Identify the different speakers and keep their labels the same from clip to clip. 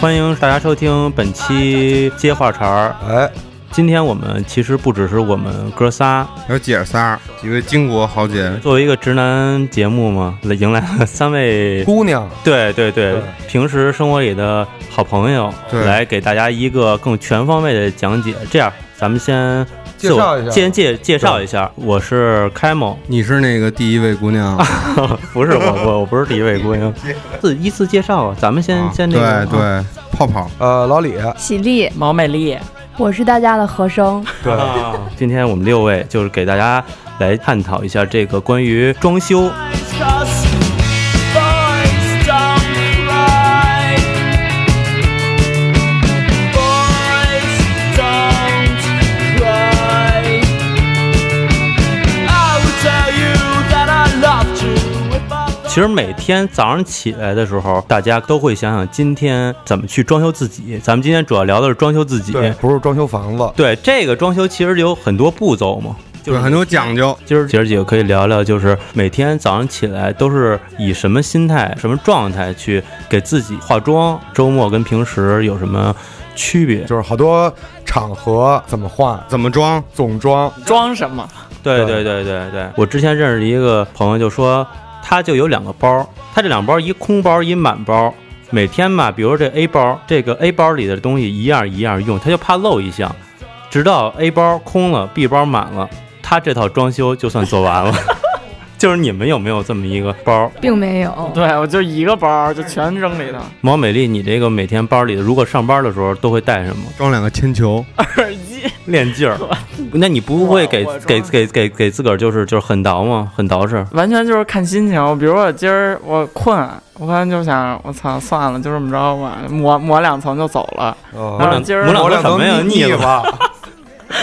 Speaker 1: 欢迎大家收听本
Speaker 2: 啊
Speaker 1: 期接话茬儿。
Speaker 2: 哎，
Speaker 1: 今天我们其实不只是我们哥仨，
Speaker 2: 有姐仨，几位巾帼豪杰，
Speaker 1: 作为一个直男节目嘛，迎来 了三位，
Speaker 2: 姑娘，
Speaker 1: 对对对
Speaker 2: 对，
Speaker 1: 平时生活里的好朋友，
Speaker 2: 对
Speaker 1: 来给大家一个更全方位的讲解。这样，咱们先
Speaker 2: 介绍一
Speaker 1: 自我
Speaker 2: 下
Speaker 1: 先介介绍一下，我是开蒙，
Speaker 2: 你是那个第一位姑 娘，啊
Speaker 1: 不是我我我不是第一位姑 娘，自依次介绍啊，咱们先
Speaker 2: 啊
Speaker 1: 先那个，
Speaker 2: 对对，泡泡，
Speaker 3: 呃，老李，
Speaker 4: 喜力，
Speaker 5: 毛美丽，
Speaker 4: 我是大家的和声。
Speaker 3: 对，
Speaker 1: 啊今天我们六位就是给大家来探讨一下这个关于装修。其实每天早上起来的时候，大家都会想想今天怎么去装修自己。咱们今天主要聊的是装修自己。
Speaker 3: 对，不是装修房子，
Speaker 1: 对这个装修其实有很多步骤嘛，就
Speaker 2: 对，
Speaker 1: 是
Speaker 2: 很多讲究，
Speaker 1: 今儿姐儿几个可以聊聊，就是每天早上起来都是以什么心态、什么状态去给自己化妆，周末跟平时有什么区别？
Speaker 3: 就是好多场合怎么化
Speaker 2: 怎么装，
Speaker 3: 总装，
Speaker 5: 装什么？
Speaker 1: 对对对
Speaker 3: 对
Speaker 1: 对对，我之前认识一个朋友就说，他就有两个包，他这两包一空包一满包，每天嘛，比如这 A 包，这个 A 包里的东西一样一样用，他就怕漏一项，直到 A 包空了，B 包满了，他这套装修就算做完 了。就是你们有没有这么一个包？
Speaker 4: 并没有，
Speaker 5: 对我就一个包，就全扔里头，
Speaker 1: 毛美丽，你这个每天包里，如果上班的时候都会带什么？
Speaker 2: 装两个 铅球，
Speaker 5: 耳机
Speaker 1: 练劲儿。 那你不会给
Speaker 5: 我我装
Speaker 1: 给给给给自个儿就是就是很倒吗？很捯饬。
Speaker 5: 完全就是看心情。比如我今儿我困，我可能就想，我操，算了，就这么着吧，抹抹两层就走了。
Speaker 3: 呃
Speaker 1: 抹两
Speaker 5: 今儿
Speaker 1: 哦抹两
Speaker 3: 抹
Speaker 1: 层什
Speaker 3: 两
Speaker 1: 么呀？
Speaker 3: 层腻
Speaker 1: 腻了，
Speaker 3: 吧，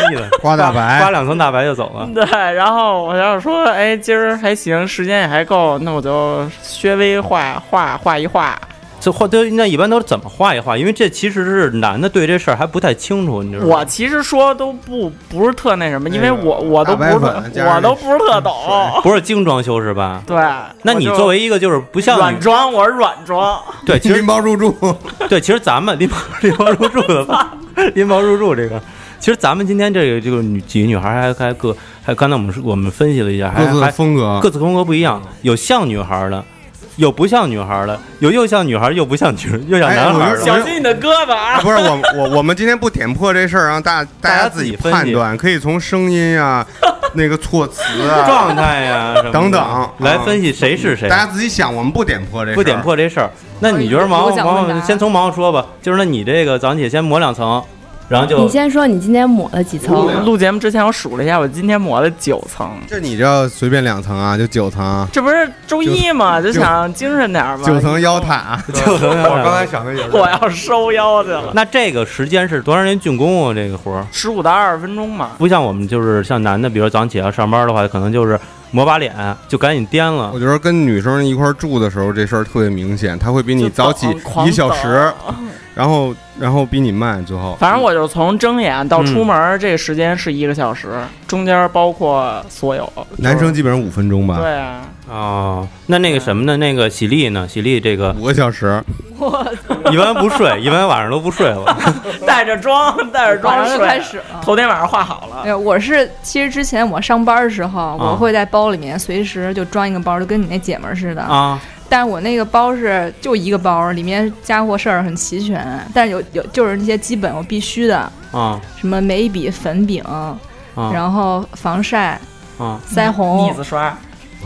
Speaker 1: 腻了。
Speaker 2: 花大白
Speaker 1: 刮，两层大白就走了。
Speaker 5: 对，然后我要是说，哎，今儿还行，时间也还够，那我就稍微画画画一画。
Speaker 1: 这画都那一般都是怎么画一画？因为这其实是男的对这事儿还不太清楚，你知道吗？
Speaker 5: 我其实说都不不是特那什么，因为
Speaker 2: 那个
Speaker 5: 我我都
Speaker 2: 大
Speaker 5: 不
Speaker 2: 白
Speaker 5: 是
Speaker 2: 粉加
Speaker 5: 特
Speaker 2: 上嗯
Speaker 5: 我都不是特懂。
Speaker 1: 不是精装修是吧？
Speaker 5: 对， 我
Speaker 1: 那你
Speaker 5: 就
Speaker 1: 作为一个就是不像
Speaker 5: 软
Speaker 1: 你
Speaker 5: 装，我是软装。
Speaker 1: 对，其实
Speaker 2: 拎包入住，
Speaker 1: 对，其实咱们拎包拎包入住的， 拎包入住这个，其实咱们今天这个这个女几个女孩还还各还刚才我们是我们分析了一下，还
Speaker 2: 各自的
Speaker 1: 还
Speaker 2: 风格
Speaker 1: 哎各，自风格不一样，有像女孩的，有不像女孩的，有又像女孩又不像女又像
Speaker 2: 哎
Speaker 1: 男
Speaker 2: 我
Speaker 1: 孩
Speaker 2: 就
Speaker 1: 的。
Speaker 2: 想
Speaker 5: 小心你的胳膊
Speaker 2: 啊
Speaker 5: 啊！
Speaker 2: 不是我我我们今天不点破这事儿，让大大
Speaker 1: 家
Speaker 2: 家
Speaker 1: 自
Speaker 2: 自
Speaker 1: 己
Speaker 2: 己
Speaker 1: 分析
Speaker 2: 判断，可以从声 音啊，那个措辞啊，
Speaker 1: 状态呀、什么的
Speaker 2: 等等
Speaker 1: 来
Speaker 2: 嗯
Speaker 1: 分析谁是谁。
Speaker 2: 大家自己想，我们不点破这事儿，
Speaker 1: 啊
Speaker 2: 嗯
Speaker 1: 不点，破这事儿。那你觉得
Speaker 4: 我
Speaker 1: 毛
Speaker 4: 想
Speaker 1: 毛
Speaker 4: 问答，案
Speaker 1: 先从毛说吧，就是那你这个咱姐先抹两层，然后
Speaker 4: 你
Speaker 1: 就
Speaker 4: 先说你今天抹了几层？
Speaker 5: 录节目之前我数了一下，我今天抹了九层，
Speaker 2: 这你这随便两层啊，就九层啊，
Speaker 5: 这不是周一嘛，就想精神点儿嘛。
Speaker 2: 九层妖塔，啊
Speaker 1: 就能
Speaker 3: 我刚才想的也
Speaker 5: 我
Speaker 3: 是，
Speaker 5: 要收腰去了，
Speaker 1: 那这个时间是多长时间竣工啊？这个活儿
Speaker 5: 十五到二十分钟嘛。
Speaker 1: 不像我们就是像男的，比如早上起来上班的话，可能就是抹把脸就赶紧颠了
Speaker 2: 我。觉得跟女生一块儿住的时候，这事儿特别明显，她会比你
Speaker 5: 就
Speaker 2: 早起
Speaker 5: 等狂
Speaker 2: 一小
Speaker 5: 等
Speaker 2: 时，然后然后比你慢，最后
Speaker 5: 反正我就从睁眼到
Speaker 1: 嗯
Speaker 5: 出门儿这个时间是一个小时，中间包括所有。
Speaker 2: 男生基本上五分钟吧，
Speaker 5: 对啊，
Speaker 1: 哦，那那个什么呢？那个喜力呢？喜力这个
Speaker 2: 五个小时，
Speaker 1: 一般不睡，一般晚上都不睡了。
Speaker 5: 带着妆，带着
Speaker 6: 晚
Speaker 5: 妆
Speaker 6: 上就
Speaker 5: 睡
Speaker 6: 开始了。
Speaker 5: 头天晚上画好了
Speaker 6: 啊没。有，我是其实之前我上班的时候，我会在包里面随时就装一个包，就跟你那姐们儿似的。
Speaker 1: 啊，
Speaker 6: 但是我那个包是就一个包，里面家伙事儿很齐全，但是有有就是那些基本我必须的，
Speaker 1: 啊
Speaker 6: 什么眉笔、粉饼，
Speaker 1: 啊
Speaker 6: 然后防晒、
Speaker 1: 啊！
Speaker 6: 腮
Speaker 5: 腻
Speaker 6: 红，
Speaker 5: 子刷，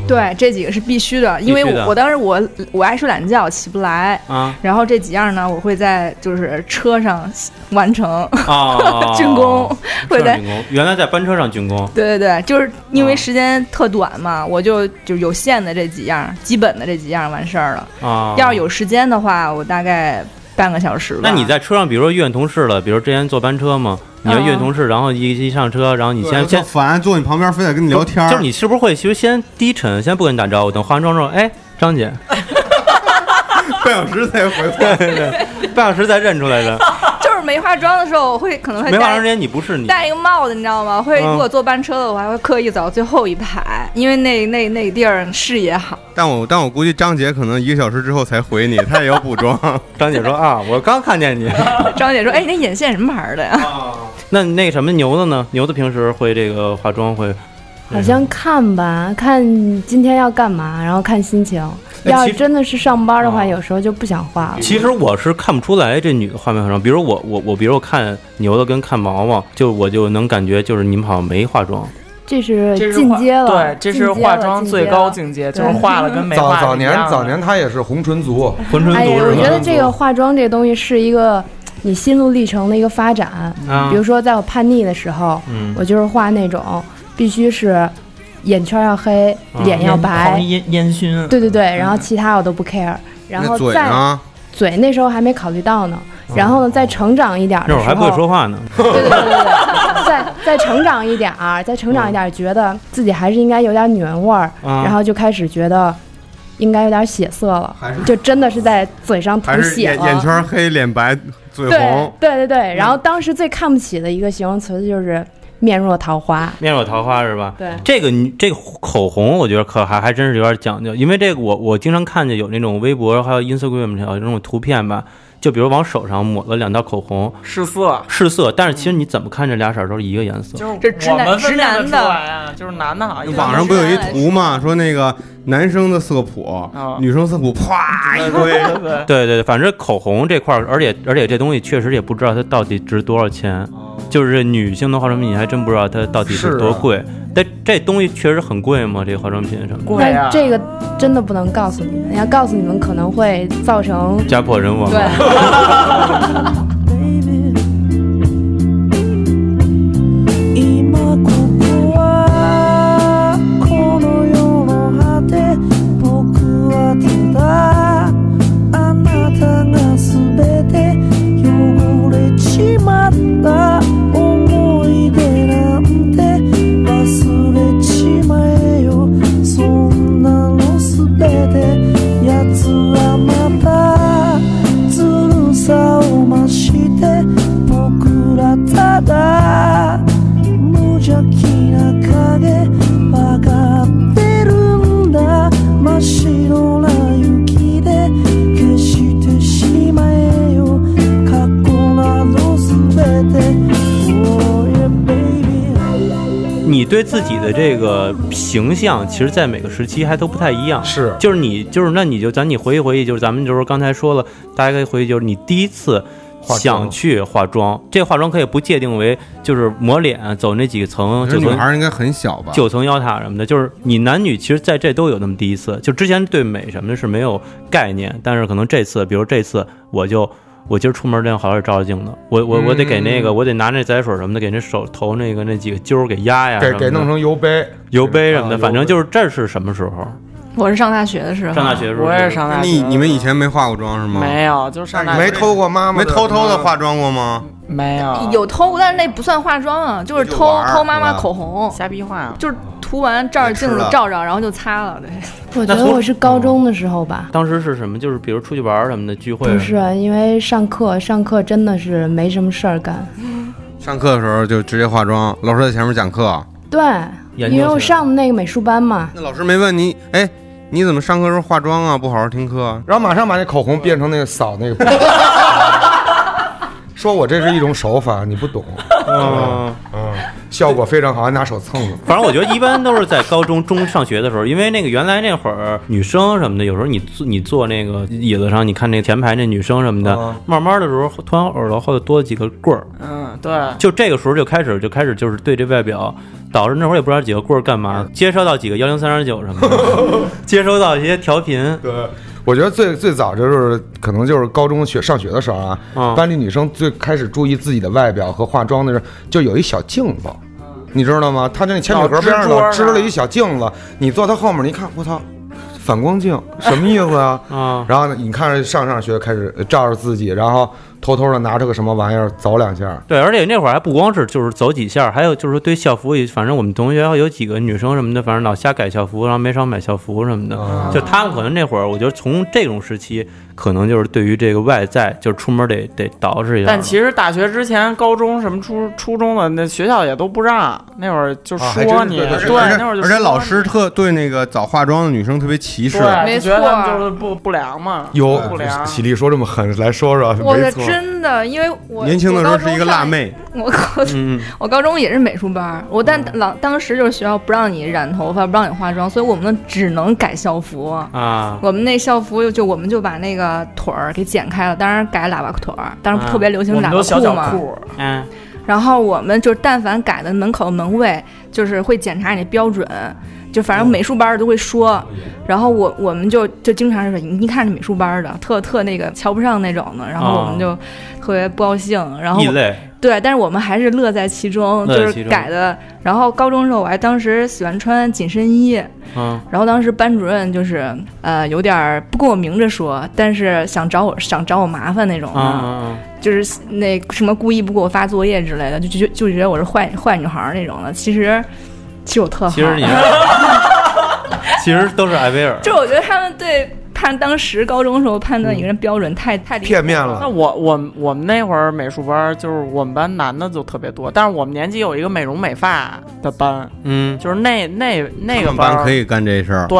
Speaker 6: 对，这几个是必须的，因为
Speaker 1: 必须的
Speaker 6: 我我当时我我爱睡懒觉，起不来。
Speaker 1: 啊
Speaker 6: 然后这几样呢，我会在就是车上完成
Speaker 1: 啊！
Speaker 6: 竣工，会在
Speaker 1: 上竣工，原来在班车上竣工，
Speaker 6: 对对对，就是因
Speaker 1: 啊
Speaker 6: 为时间特短嘛，我就就有限的这几样，基本的这几样完事儿了。
Speaker 1: 啊，
Speaker 6: 要是有时间的话，我大概半个小时吧。
Speaker 1: 那你在车上，比如说遇见同事了，比如之前坐班车嘛，你要遇见同事，然后一一上车，然后你先
Speaker 2: 就
Speaker 1: 先
Speaker 2: 烦，坐你旁边非得跟你聊天儿，
Speaker 1: 就是你是不是会其实先低沉，先不跟你打招呼，等化完妆之后，哎，张姐，
Speaker 2: 半小时才回复，
Speaker 1: 半小时才认出来的，
Speaker 6: 就是没化妆的时候，我会可能会
Speaker 1: 没化
Speaker 6: 戴
Speaker 1: 妆之前你不是你，
Speaker 6: 戴一个帽子，你知道吗？会
Speaker 1: 嗯
Speaker 6: 如果坐班车的，我还会刻意走到最后一排，因为那那那地儿视野好。
Speaker 2: 但我但我估计张姐可能一个小时之后才回你，她也要补 妆。
Speaker 1: 张姐说啊，我刚看见你。
Speaker 6: 张姐说：“哎，你那眼线什么牌儿的呀
Speaker 1: 那那什么牛子呢？牛子平时会这个化妆会，
Speaker 4: 好像看吧，看今天要干嘛，然后看心情。
Speaker 1: 哎
Speaker 4: 要
Speaker 1: 其实
Speaker 4: 真的是上班的话，
Speaker 1: 啊
Speaker 4: 有时候就不想化了。
Speaker 1: 其实我是看不出来这女的化没化妆。比如我我我，比如我看牛子跟看毛毛，就我就能感觉就是你们好像没化妆。
Speaker 4: 这是
Speaker 5: 这是
Speaker 4: 进
Speaker 5: 化
Speaker 4: 阶了，
Speaker 5: 对，这是
Speaker 4: 进阶了
Speaker 5: 化妆最高。境界，就是化了跟没
Speaker 3: 早
Speaker 5: 化
Speaker 3: 早
Speaker 5: 是一
Speaker 3: 年
Speaker 5: 样的
Speaker 3: 早年他也是红唇族，
Speaker 1: 浑唇
Speaker 4: 进阶了哎呀，
Speaker 1: 族
Speaker 4: 我
Speaker 1: 是
Speaker 4: 觉
Speaker 1: 吧？
Speaker 4: 得这个化妆这个东西是一个你心路历程的一个发展。
Speaker 1: 啊
Speaker 5: 嗯
Speaker 4: 比如说，在我叛逆的时候，
Speaker 1: 嗯，
Speaker 4: 我就是画那种必须是眼圈要黑，
Speaker 1: 嗯
Speaker 4: 脸要
Speaker 5: 狂
Speaker 4: 白，
Speaker 5: 烟烟熏，
Speaker 4: 对对对，然后其他我都不 care。然
Speaker 2: 那
Speaker 4: 后
Speaker 2: 嘴
Speaker 4: 再
Speaker 2: 呢？
Speaker 4: 嘴那时候还没考虑到呢，
Speaker 5: 嗯
Speaker 4: 然后呢，再成长一点儿的
Speaker 1: 那
Speaker 4: 时
Speaker 1: 会儿还
Speaker 4: 候，
Speaker 1: 不会说话呢。
Speaker 4: 对对对对 对，再再成长一点儿，再成长一点儿，觉得自己还是应该有点女人味儿，
Speaker 1: 啊
Speaker 4: 然后就开始觉得应该有点血色了
Speaker 2: 还是，
Speaker 4: 就真的是在嘴上
Speaker 2: 还
Speaker 4: 涂
Speaker 2: 是
Speaker 4: 血
Speaker 2: 眼眼
Speaker 4: 了。
Speaker 2: 圈黑，脸白，嘴
Speaker 4: 对
Speaker 2: 红？嗯
Speaker 4: 对对对，然后当时最看不起的一个形容词就是面若桃花。
Speaker 1: 面若桃花是吧？
Speaker 4: 对，
Speaker 1: 这个你这个口红，我觉得可还还真是有点讲究，因为这个我我经常看见有那种微博还有 Instagram 上有那种图片吧，就比如往手上抹了两道口红
Speaker 5: 试色。
Speaker 1: 试色，但是其实你怎么看这俩色儿都是一个颜色。
Speaker 5: 就是
Speaker 6: 这直
Speaker 5: 我
Speaker 6: 男
Speaker 5: 们分辨得
Speaker 6: 直男
Speaker 5: 出
Speaker 6: 的
Speaker 5: 来啊，就是男的好像
Speaker 2: 网上不有一图吗？说那个男生的色谱
Speaker 5: 啊，
Speaker 2: 女生色谱，啪一堆。
Speaker 5: 对对
Speaker 1: 对对，对反正口红这块儿，而且而且这东西确实也不知道它到底值多少钱，就是女性的化妆品，你还真不知道它到底
Speaker 3: 是
Speaker 1: 是
Speaker 3: 啊
Speaker 1: 多贵。但这东西确实很贵吗？这个化妆品什么的，
Speaker 5: 贵啊
Speaker 4: 但，这个真的不能告诉你们，要告诉你们可能会造成
Speaker 1: 家破人亡。
Speaker 4: 对。
Speaker 7: Baby, 今ここはこの世の果て僕はただあなたが全て汚れちまった思い出なんて忘れちまえよそんなの全て奴はまたずるさを増して僕らただ無邪気な影わかってるんだ真っ白な雪で消してしまえよ過去など全て Oh yeah baby
Speaker 1: 你对自己的这个形象，其实，在每个时期还都不太一样。
Speaker 3: 是
Speaker 1: 就是你，就是那你就咱你回忆回忆，就是咱们就是刚才说了，大家可以回忆，就是你第一次
Speaker 3: 化妆
Speaker 1: 想去化妆，这化妆可以不界定为就是抹脸走那几层，
Speaker 2: 这
Speaker 1: 九
Speaker 2: 女
Speaker 1: 层
Speaker 2: 孩应该很小吧？
Speaker 1: 九层妖塔什么的，就是你男女其实在这都有那么第一次，就之前对美什么的是没有概念，但是可能这次，比如这次我就。我今儿出门得好好照照镜子，我我我得给那个，我得拿那仔水什么的，给那手头那个那几个揪儿给压呀，
Speaker 3: 给
Speaker 1: 什么
Speaker 3: 给
Speaker 1: 的
Speaker 3: 弄成油杯，
Speaker 1: 油杯什么的，
Speaker 3: 啊
Speaker 1: 反正
Speaker 3: 油杯
Speaker 1: 就是这是什么时候？？”
Speaker 6: 我是上大学的时候，
Speaker 1: 上大学的时候，
Speaker 5: 啊我也上大学。
Speaker 2: 你你们以前没化过妆是吗？
Speaker 5: 没有，就是上大学
Speaker 3: 没偷过妈妈
Speaker 2: 没
Speaker 3: 的，
Speaker 2: 偷偷的化妆过吗？
Speaker 5: 没有
Speaker 6: 有偷，但是那不算化妆啊，就是
Speaker 2: 就
Speaker 6: 偷
Speaker 2: 玩儿
Speaker 6: 偷妈妈
Speaker 2: 是吧
Speaker 6: 口红，
Speaker 5: 瞎逼话，
Speaker 6: 就是涂完照着镜
Speaker 2: 吃
Speaker 6: 子
Speaker 2: 了
Speaker 6: 照照，然后就擦了。对，
Speaker 4: 我觉得我是高中的时候
Speaker 2: 嗯
Speaker 4: 吧，
Speaker 1: 当时是什么？就是比如出去玩儿什么的聚会，
Speaker 4: 不是因为上课，上课真的是没什么事儿干。
Speaker 2: 上课的时候就直接化妆，老师在前面讲课，
Speaker 4: 对，
Speaker 1: 研究
Speaker 4: 因为我
Speaker 1: 起来
Speaker 4: 上的那个美术班嘛，
Speaker 2: 那老师没问你，哎，你怎么上课时候化妆啊？不好好听课啊？
Speaker 3: 然后马上把那口红变成那个扫那个。 说我这是一种手法，你不懂，
Speaker 1: 嗯，
Speaker 3: 嗯，效果非常好，还拿手蹭呢。
Speaker 1: 反正我觉得一般都是在高中、中上学的时候，因为那个原来那会儿女生什么的，有时候你坐你坐那个椅子上，你看那前排那女生什么的，
Speaker 3: 嗯
Speaker 1: 慢慢的时候突然耳朵后头多了几个棍儿，
Speaker 5: 嗯，对，
Speaker 1: 就这个时候就开始就开始就是对这外表，导致那会儿也不知道几个棍儿干嘛，接收到几个幺零三二九什么的， 接收到一些调频，
Speaker 3: 对，我觉得最最早就是可能就是高中学上学的时候啊，
Speaker 1: 嗯
Speaker 3: 班里女生最开始注意自己的外表和化妆的时候，就有一小镜子。你知道吗？他这铅笔盒边上
Speaker 5: 老
Speaker 3: 老
Speaker 5: 支
Speaker 3: 支
Speaker 5: 桌
Speaker 3: 了
Speaker 5: 上
Speaker 3: 一小镜子，你坐他后面，你一看，我操，反光镜什么意思啊？
Speaker 1: 啊
Speaker 3: 然后呢，你看着上上学开始照着自己，然后偷偷的拿着个什么玩意儿凿两下，
Speaker 1: 对，而且那会儿还不光是就是走几下，还有就是对校服也，反正我们同学有几个女生什么的，反正老瞎改校服，然后没少买校服什么的。
Speaker 3: 啊
Speaker 1: 就他们可能那会儿，我觉得从这种时期，可能就是对于这个外在，就是出门得得捯饬一下。
Speaker 5: 但其实大学之前，高中什么初初中的那学校也都不让，那会儿就
Speaker 3: 啊还真
Speaker 5: 说
Speaker 3: 是
Speaker 5: 你，
Speaker 3: 对对对
Speaker 2: 而且
Speaker 5: 那会儿就
Speaker 2: 而且
Speaker 5: 说
Speaker 2: 老
Speaker 5: 你
Speaker 2: 师特对那个早化妆的女生特别歧视，
Speaker 5: 对，
Speaker 6: 没
Speaker 5: 就觉得他
Speaker 6: 错
Speaker 5: 们就是不不良嘛，
Speaker 3: 有
Speaker 5: 不良。
Speaker 3: 哎喜力说这么狠，来说说，
Speaker 6: 我
Speaker 3: 没
Speaker 6: 的
Speaker 3: 错，
Speaker 6: 真的，因为我
Speaker 2: 年轻的时候是一个辣，妹，
Speaker 6: 我高中上我高
Speaker 1: 嗯，
Speaker 6: 我高中也是美术班儿，我
Speaker 5: 哦
Speaker 6: 但老当时就是学校不让你染头发，不让你化妆，所以我们只能改校服。
Speaker 1: 嗯啊，
Speaker 6: 我们那校服就就我们就把那个腿儿给剪开了，当然改喇叭腿儿，当时
Speaker 1: 啊
Speaker 6: 特别流行
Speaker 5: 我
Speaker 6: 喇
Speaker 5: 们
Speaker 6: 叭
Speaker 5: 都小
Speaker 6: 裤
Speaker 5: 脚
Speaker 6: 嘛。
Speaker 5: 裤，
Speaker 1: 嗯，
Speaker 6: 然后我们就是但凡改的门口门卫，就是会检查你的标准，就反正美术班儿都会说。然后我我们就就经常是你一看是美术班儿的，特特那个瞧不上那种的，然后
Speaker 5: 哦
Speaker 6: 我们就特别不高兴。然后
Speaker 1: 异类
Speaker 6: 对，但是我们还是乐在其中，
Speaker 1: 乐在
Speaker 6: 就是
Speaker 1: 其中
Speaker 6: 改的。然后高中时候我还当时喜欢穿紧身衣，
Speaker 1: 嗯，
Speaker 6: 然后当时班主任就是呃有点儿不跟我明着说，但是想找我想找我麻烦那种
Speaker 1: 啊
Speaker 6: 的，
Speaker 1: 啊啊，
Speaker 6: 就是那什么故意不给我发作业之类的，就就就就觉得我是坏坏女孩儿那种的。其实其实我特好，
Speaker 1: 其 实你，其实都是艾薇儿，
Speaker 6: 就我觉得他们对判当时高中时候判断一个人标准
Speaker 2: 嗯
Speaker 6: 太、太离谱
Speaker 3: 片面了
Speaker 5: 那我我我们那会儿美术班就是我们班男的就特别多，但是我们年级有一个美容美发的班，
Speaker 1: 嗯，
Speaker 5: 就是那那那个
Speaker 2: 他们班
Speaker 5: 儿
Speaker 2: 可以干这事儿，
Speaker 5: 对，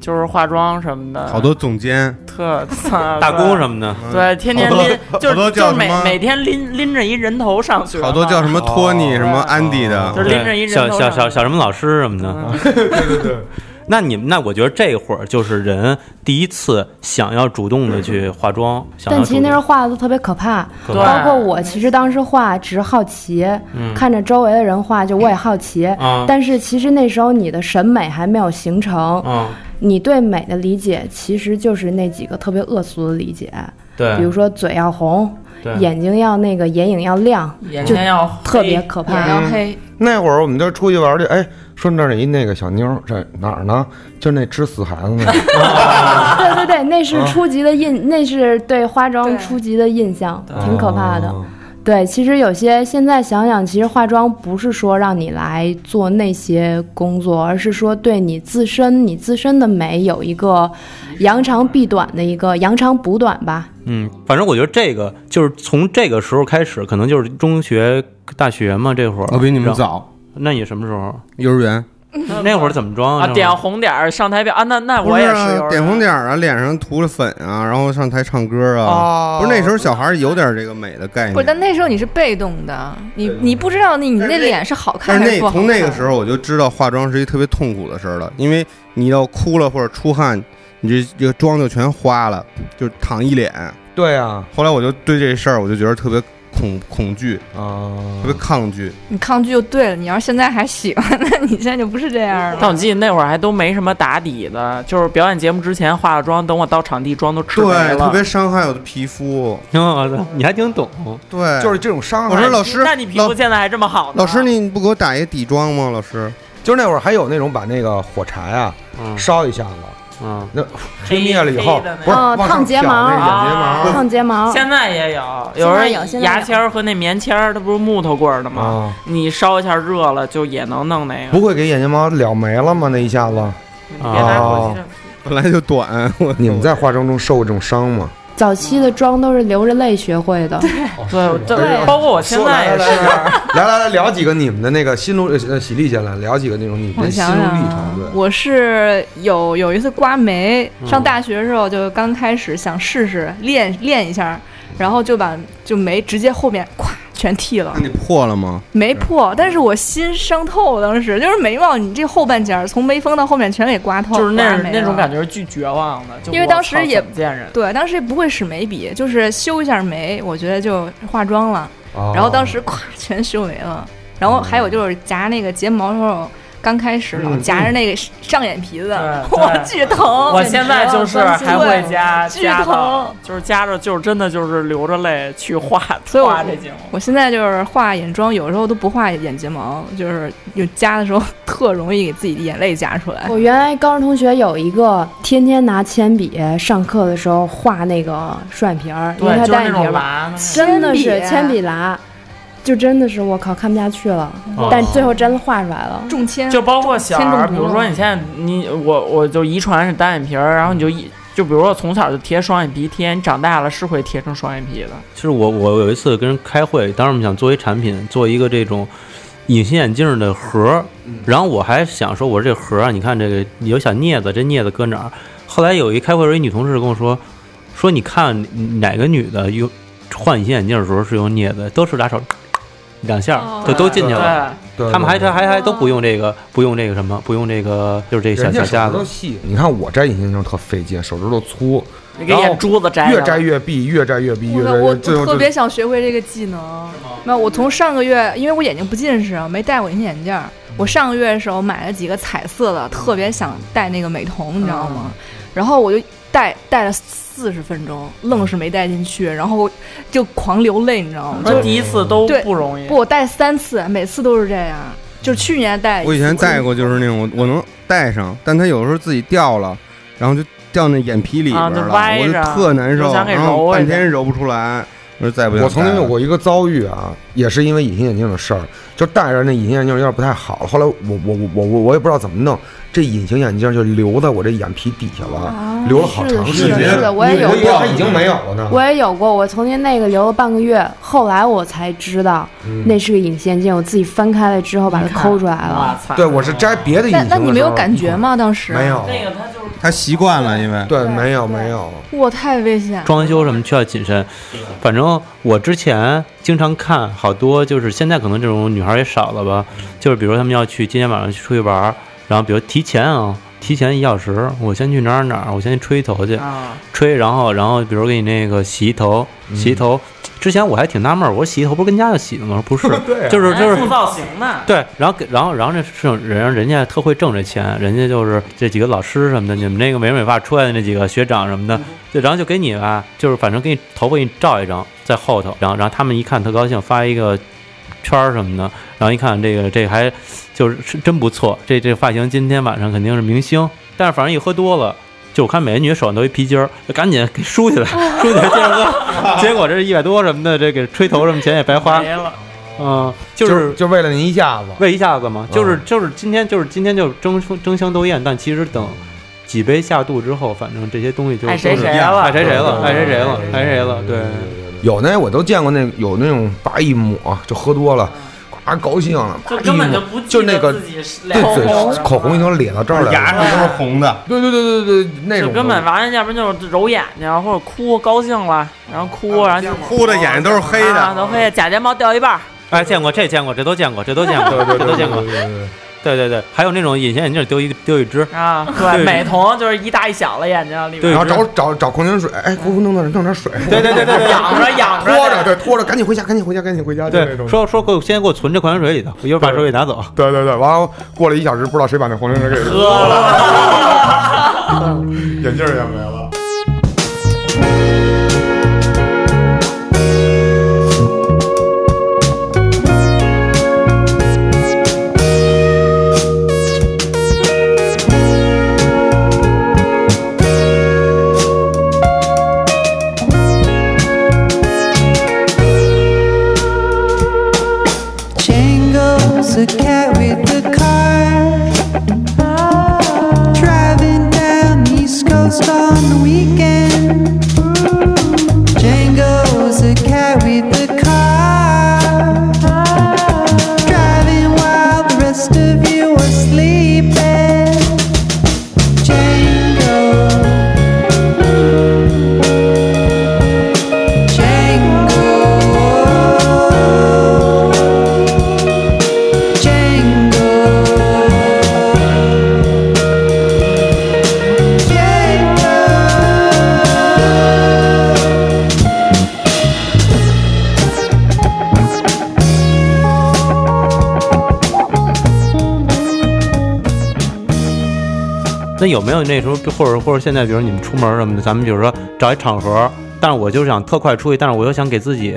Speaker 5: 就是化妆什么的，
Speaker 2: 好多总监，
Speaker 5: 特
Speaker 1: 大工
Speaker 5: 么
Speaker 1: 什么的，
Speaker 5: 对，天天
Speaker 2: 好多
Speaker 5: 拎就
Speaker 2: 好多
Speaker 5: 是
Speaker 2: 叫
Speaker 5: 就
Speaker 2: 什
Speaker 5: 是每
Speaker 2: 么
Speaker 5: 每天拎拎着一人头上学嘛，
Speaker 2: 好多叫什么托尼、
Speaker 3: 哦
Speaker 2: 什么安迪的，
Speaker 5: 啊就是拎着一人
Speaker 1: 对，小
Speaker 5: 头
Speaker 1: 小
Speaker 5: 上
Speaker 1: 小小什么老师什么的，
Speaker 5: 嗯
Speaker 3: 对对对，
Speaker 1: 那你们那我觉得这会儿就是人第一次想要主动的去化妆，想要
Speaker 4: 但其实那时候
Speaker 1: 主
Speaker 4: 画的都特别可怕，
Speaker 1: 动
Speaker 5: 对
Speaker 4: 包括我其实当时画只是好奇，
Speaker 1: 嗯
Speaker 4: 看着周围的人画，就我也好奇。
Speaker 1: 啊
Speaker 4: 但是其实那时候你的审美还没有形成，
Speaker 1: 嗯，
Speaker 4: 你对美的理解其实就是那几个特别恶俗的理解，
Speaker 1: 对，
Speaker 4: 比如说嘴要红，
Speaker 1: 对
Speaker 4: 眼睛要那个眼影要亮，
Speaker 5: 眼睛要
Speaker 4: 特别
Speaker 5: 黑啊
Speaker 4: 可
Speaker 6: 眼
Speaker 4: 怕。
Speaker 6: 要黑，
Speaker 3: 那会儿我们就出去玩去，哎，说那儿有一那个小妞儿，这哪儿呢？就那吃死孩子那个，
Speaker 4: 对对对，那是初级的印，那是对化妆
Speaker 6: 对
Speaker 4: 初级的印象，挺可怕的。
Speaker 3: 哦
Speaker 4: 对，其实有些现在想想，其实化妆不是说让你来做那些工作，而是说对你自身、你自身的美有一个扬长避短的一个扬长补短吧。
Speaker 1: 嗯，反正我觉得这个就是从这个时候开始，可能就是中学、大学嘛，这会儿
Speaker 2: 我比你们。早，
Speaker 1: 那你什么时候？
Speaker 2: 幼儿园
Speaker 1: 那会儿怎么装
Speaker 5: 啊，
Speaker 1: 那会儿
Speaker 5: 点红点儿上台表啊，那那
Speaker 2: 不
Speaker 5: 我
Speaker 2: 是
Speaker 5: 也
Speaker 2: 啊
Speaker 5: 有人
Speaker 2: 点红点儿啊，脸上涂了粉啊，然后上台唱歌啊，
Speaker 5: 哦，
Speaker 2: 不是那时候小孩儿有点这个美的概
Speaker 6: 不是，
Speaker 2: 念。
Speaker 6: 但那时候你是被动的，你你不知道那你
Speaker 2: 但
Speaker 6: 那
Speaker 2: 是那
Speaker 6: 脸是好
Speaker 2: 但
Speaker 6: 看
Speaker 2: 是
Speaker 6: 还是不
Speaker 2: 那
Speaker 6: 好看。
Speaker 2: 从那个时候我就知道化妆是一特别痛苦的事儿了，因为你要哭了或者出汗，你这这个妆就全花了，就淌一脸。
Speaker 3: 对啊，
Speaker 2: 后来我就对这事儿我就觉得特别恐恐惧，
Speaker 3: 啊
Speaker 2: 特，别抗拒。
Speaker 6: 你抗拒就对了，你要是现在还喜欢， 那你现在就不是这样了。
Speaker 5: 但我记得那会儿还都没什么打底的，就是表演节目之前化了妆，等我到场地妆都吃没
Speaker 2: 对，特
Speaker 5: 了。
Speaker 2: 别伤害我的皮肤。
Speaker 1: 我操， 你还挺懂。
Speaker 2: 对，
Speaker 3: 就是这种伤
Speaker 2: 我
Speaker 3: 害
Speaker 2: 说。老师
Speaker 5: 哎那你皮
Speaker 2: 老
Speaker 5: 肤现在还这么好呢？
Speaker 2: 老师，你不给我打一底妆吗？老师，
Speaker 3: 就是那会儿还有那种把那个火柴啊
Speaker 1: 嗯
Speaker 3: 烧一下子，
Speaker 1: 嗯，
Speaker 3: 那
Speaker 5: 黑
Speaker 3: 吹灭了以后
Speaker 5: 黑的那，
Speaker 3: 不是
Speaker 4: 哦
Speaker 3: 往上
Speaker 4: 烫睫
Speaker 3: 挑
Speaker 4: 毛
Speaker 3: 那个眼睫毛
Speaker 5: 啊
Speaker 4: 烫睫毛，
Speaker 5: 现在也有，
Speaker 4: 现在有
Speaker 5: 人
Speaker 4: 现在有
Speaker 5: 牙签儿和那棉签儿，它不是木头棍儿的吗？
Speaker 3: 啊，
Speaker 5: 你烧一下热了，就也能弄那个。
Speaker 3: 不会给眼睫毛燎没了吗？那一下
Speaker 5: 嗯
Speaker 3: 子，
Speaker 5: 你别拿手机
Speaker 3: 哦
Speaker 2: 本来就短，我
Speaker 3: 你们在化妆中受过这种伤吗？
Speaker 4: 早期的妆都是流着泪学会的。
Speaker 5: 对，
Speaker 4: 对
Speaker 5: 这包括我现在也
Speaker 3: 哦啊说
Speaker 5: 是，
Speaker 3: 来来来，聊几个你们的那个心路，呃，喜力先来聊几个那种你们
Speaker 6: 我
Speaker 3: 的心
Speaker 6: 想
Speaker 3: 路
Speaker 6: 想
Speaker 3: 历
Speaker 6: 啊
Speaker 3: 程，对，。
Speaker 6: 我是有有一次刮眉，
Speaker 1: 嗯
Speaker 6: 上大学的时候就刚开始想试试练练一下，然后就把就眉直接后面咵全剃了
Speaker 3: 嗯
Speaker 2: 那，你破了吗？
Speaker 6: 没破，但是我心伤透，当时就是眉毛你这后半截儿从眉峰到后面全给刮透，
Speaker 5: 就是那
Speaker 6: 刮没了
Speaker 5: 那种感觉是巨绝望的，就
Speaker 6: 因为
Speaker 5: 我
Speaker 6: 当时
Speaker 5: 操
Speaker 6: 也
Speaker 5: 怎么见人。
Speaker 6: 对，当时也不会使眉笔，就是修一下眉，我觉得就化妆了。
Speaker 3: 哦
Speaker 6: 然后当时咵全修没了，然后还有就是夹那个睫毛的时候，刚开始老夹着那个上眼皮子，
Speaker 5: 对
Speaker 6: 我
Speaker 5: 对
Speaker 6: 巨疼。
Speaker 5: 我现
Speaker 6: 哦
Speaker 5: 在就是还会加
Speaker 6: 对
Speaker 5: 加到
Speaker 6: 巨疼，
Speaker 5: 就是加着就是真的就是流着泪去画
Speaker 6: 所以我
Speaker 5: 画这景。
Speaker 6: 我现在就是画眼妆，有时候都不画眼睫毛，就是有夹的时候 特容易给自己的眼泪夹出来。
Speaker 4: 我原来高中同学有一个天天拿铅笔上课的时候画那个双眼皮儿，因为
Speaker 5: 对，
Speaker 4: 他
Speaker 5: 就是
Speaker 4: 单
Speaker 5: 那
Speaker 4: 眼皮
Speaker 5: 种
Speaker 4: 儿嘛，
Speaker 5: 娃呢，
Speaker 4: 真的是
Speaker 6: 铅笔
Speaker 4: 铅笔拿，就真的是我靠看不下去了，
Speaker 1: 哦
Speaker 4: 但最后真画出来了。
Speaker 6: 中签
Speaker 5: 就包括小
Speaker 6: 铅中
Speaker 5: 孩，
Speaker 6: 毒
Speaker 5: 比如
Speaker 6: 了
Speaker 5: 说你现在你我我就遗传是单眼皮儿，然后你就一就比如说从小就贴双眼皮贴，你长大了是会贴成双眼皮的。
Speaker 1: 其实我我有一次跟人开会，当时我们想做一产品，做一个这种隐形眼镜的盒儿，
Speaker 3: 嗯
Speaker 1: 然后我还想说，我说这盒儿啊，你看这个有小镊子，这镊子搁哪儿？后来有一开会的时候，一女同事跟我说，说你看哪个女的用换隐形眼镜的时候是用镊子，都是拿手两下
Speaker 5: 哦
Speaker 1: 儿就都进去了。
Speaker 3: 对
Speaker 1: 他们还
Speaker 3: 对
Speaker 1: 他还还都不用这个，不用这个什么，不用这个，就是这小
Speaker 3: 人
Speaker 1: 小
Speaker 3: 家手
Speaker 1: 夹
Speaker 3: 指头
Speaker 1: 子。
Speaker 3: 细，你看我摘隐形镜特费劲，手指头粗，
Speaker 5: 对，你给眼珠子摘
Speaker 3: 越
Speaker 5: 了
Speaker 3: 摘越闭，越摘越闭，
Speaker 6: 我
Speaker 3: 越
Speaker 6: 的
Speaker 3: 摘
Speaker 6: 我
Speaker 3: 越
Speaker 6: 我
Speaker 3: 最后
Speaker 6: 特
Speaker 3: 就
Speaker 6: 别想学会这个技能。没有，我从上个月，因为我眼睛不近视，啊没戴过隐形眼镜儿。我上个月的时候买了几个彩色的，特别想戴那个美瞳，你知道吗？然后我就戴戴了四十分钟，愣是没戴进去，然后就狂流泪，你知道吗？
Speaker 5: 说第一次都不容易
Speaker 6: 不，。我戴三次，每次都是这样。就去年戴一次，
Speaker 2: 我以前戴过，就是那种我能戴上，但它有时候自己掉了，然后就掉那眼皮里边
Speaker 5: 啊
Speaker 2: 了，
Speaker 5: 就歪
Speaker 2: 我就
Speaker 5: 着
Speaker 2: 特难受，
Speaker 5: 就想给
Speaker 2: 然后
Speaker 5: 揉
Speaker 2: 半
Speaker 5: 一下
Speaker 2: 天揉不出来，我说再不行。
Speaker 3: 我曾经有，过一个遭遇啊，也是因为隐形眼镜的事儿，就戴着那隐形眼镜有点不太好了。后来我我我我我也不知道怎么弄，这隐形眼镜就留在我这眼皮底下了，留了好长时
Speaker 4: 是的，
Speaker 3: 间。
Speaker 4: 是的，我也有
Speaker 3: 我以为
Speaker 4: 过
Speaker 3: 它，已经没有了呢。
Speaker 4: 我也有过。我曾经那个留了半个月，后来我才知道那是个隐形眼镜，我自己翻开了之后把它抠出来了。
Speaker 5: 操
Speaker 3: 对，我是摘别的隐
Speaker 6: 那
Speaker 3: 形的
Speaker 6: 那
Speaker 3: 时候嗯
Speaker 6: 你没有感觉？吗？当时
Speaker 3: 没。有，
Speaker 5: 那个他就是
Speaker 2: 他习惯了，因为
Speaker 3: 对，没有没有。
Speaker 6: 哇，太危险！了。
Speaker 1: 装修什么需要谨慎。反正我之前经常看好多，就是现在可能这种女孩也少了吧，就是比如她们要去今天晚上去出去玩儿，然后比如提前啊，提前一小时，我先去哪儿哪儿，我先去吹头去，
Speaker 5: 啊，
Speaker 1: 吹，然后然后比如给你那个洗头，洗头。
Speaker 3: 嗯
Speaker 1: 之前我还挺纳闷儿，我说洗头不是跟家就洗的吗？我说不
Speaker 3: 对
Speaker 1: 是，
Speaker 3: 啊
Speaker 1: 就是就是
Speaker 5: 哎塑造型呢。
Speaker 1: 对，然后给，然后，然后这是人，人家特会挣这钱，人家就是这几个老师什么的，你们那个美容美发出来的那几个学长什么的，就然后就给你吧，就是反正给你头发给你照一张在后头，然后然后他们一看特高兴，发一个圈儿什么的，然后一看这个这还就是是真不错，这这发型今天晚上肯定是明星，但是反正一喝多了。就我看每个女的手上都一皮筋儿，就赶紧给梳起来，梳起来接着喝。 结果这一百多什么的，这给吹头什么钱也白花。
Speaker 5: 没了，
Speaker 1: 嗯，
Speaker 3: 就
Speaker 1: 就是
Speaker 3: 就为了您一下子，
Speaker 1: 为一下子嘛，
Speaker 3: 嗯
Speaker 1: 就是就是今天就是今天就是争争相斗艳，但其实等几杯下肚之后，反正这些东西就
Speaker 5: 爱谁
Speaker 1: 都是
Speaker 5: 谁了，
Speaker 1: 爱谁谁了，
Speaker 3: 嗯
Speaker 1: 爱谁谁了，爱谁谁了，对，
Speaker 3: 有那我都见过那有那种叭一抹就喝多了，呱高兴了，
Speaker 5: 就
Speaker 3: 叭一
Speaker 5: 根本就
Speaker 3: 抹
Speaker 5: 不记
Speaker 3: 就那
Speaker 5: 得
Speaker 3: 个
Speaker 5: 自己是
Speaker 3: 对
Speaker 5: 脸
Speaker 3: 嘴
Speaker 5: 红什么
Speaker 3: 口红已经咧到这儿来
Speaker 2: 牙
Speaker 3: 了，
Speaker 2: 上都是红的，
Speaker 3: 对对对对对，那
Speaker 5: 就
Speaker 3: 种
Speaker 5: 根本完了，要不然就是揉眼睛或者哭，高兴了，然后哭，然后就
Speaker 2: 哭的眼啊睛都是黑
Speaker 5: 啊，
Speaker 2: 的。
Speaker 5: 都黑，假睫毛掉一半儿，
Speaker 1: 哎，见过这见过这都见过这都见过
Speaker 3: 对对
Speaker 1: 这
Speaker 3: 对
Speaker 1: 都
Speaker 3: 对
Speaker 1: 见过，
Speaker 3: 对，
Speaker 1: 对对对，还有那种隐形眼镜丢一丢一只，
Speaker 5: 啊，
Speaker 1: 对
Speaker 5: 对，美瞳就是一大一小了，眼睛里
Speaker 1: 对
Speaker 5: 边
Speaker 3: 然后找找找矿泉水，哎，给我弄点弄点水，
Speaker 1: 对对对 对对
Speaker 5: 养着养 着，
Speaker 3: 拖着对拖着，赶紧回家，赶紧回家，赶紧回家，就那
Speaker 1: 对，
Speaker 3: 种。
Speaker 1: 说说给我先给我存这矿泉水里头，我一会儿把手给拿走。
Speaker 3: 对对对，完了过了一小时，不知道谁把那矿泉水给喝
Speaker 5: 喝了。
Speaker 3: 眼镜儿也没了。
Speaker 7: Chain goes the cat with the car. Driving down East Coast on the
Speaker 1: 那有没有那时候，或者或者现在，比如你们出门什么的，咱们比如说找一场合，但是我就是想特快出去，但是我又想给自己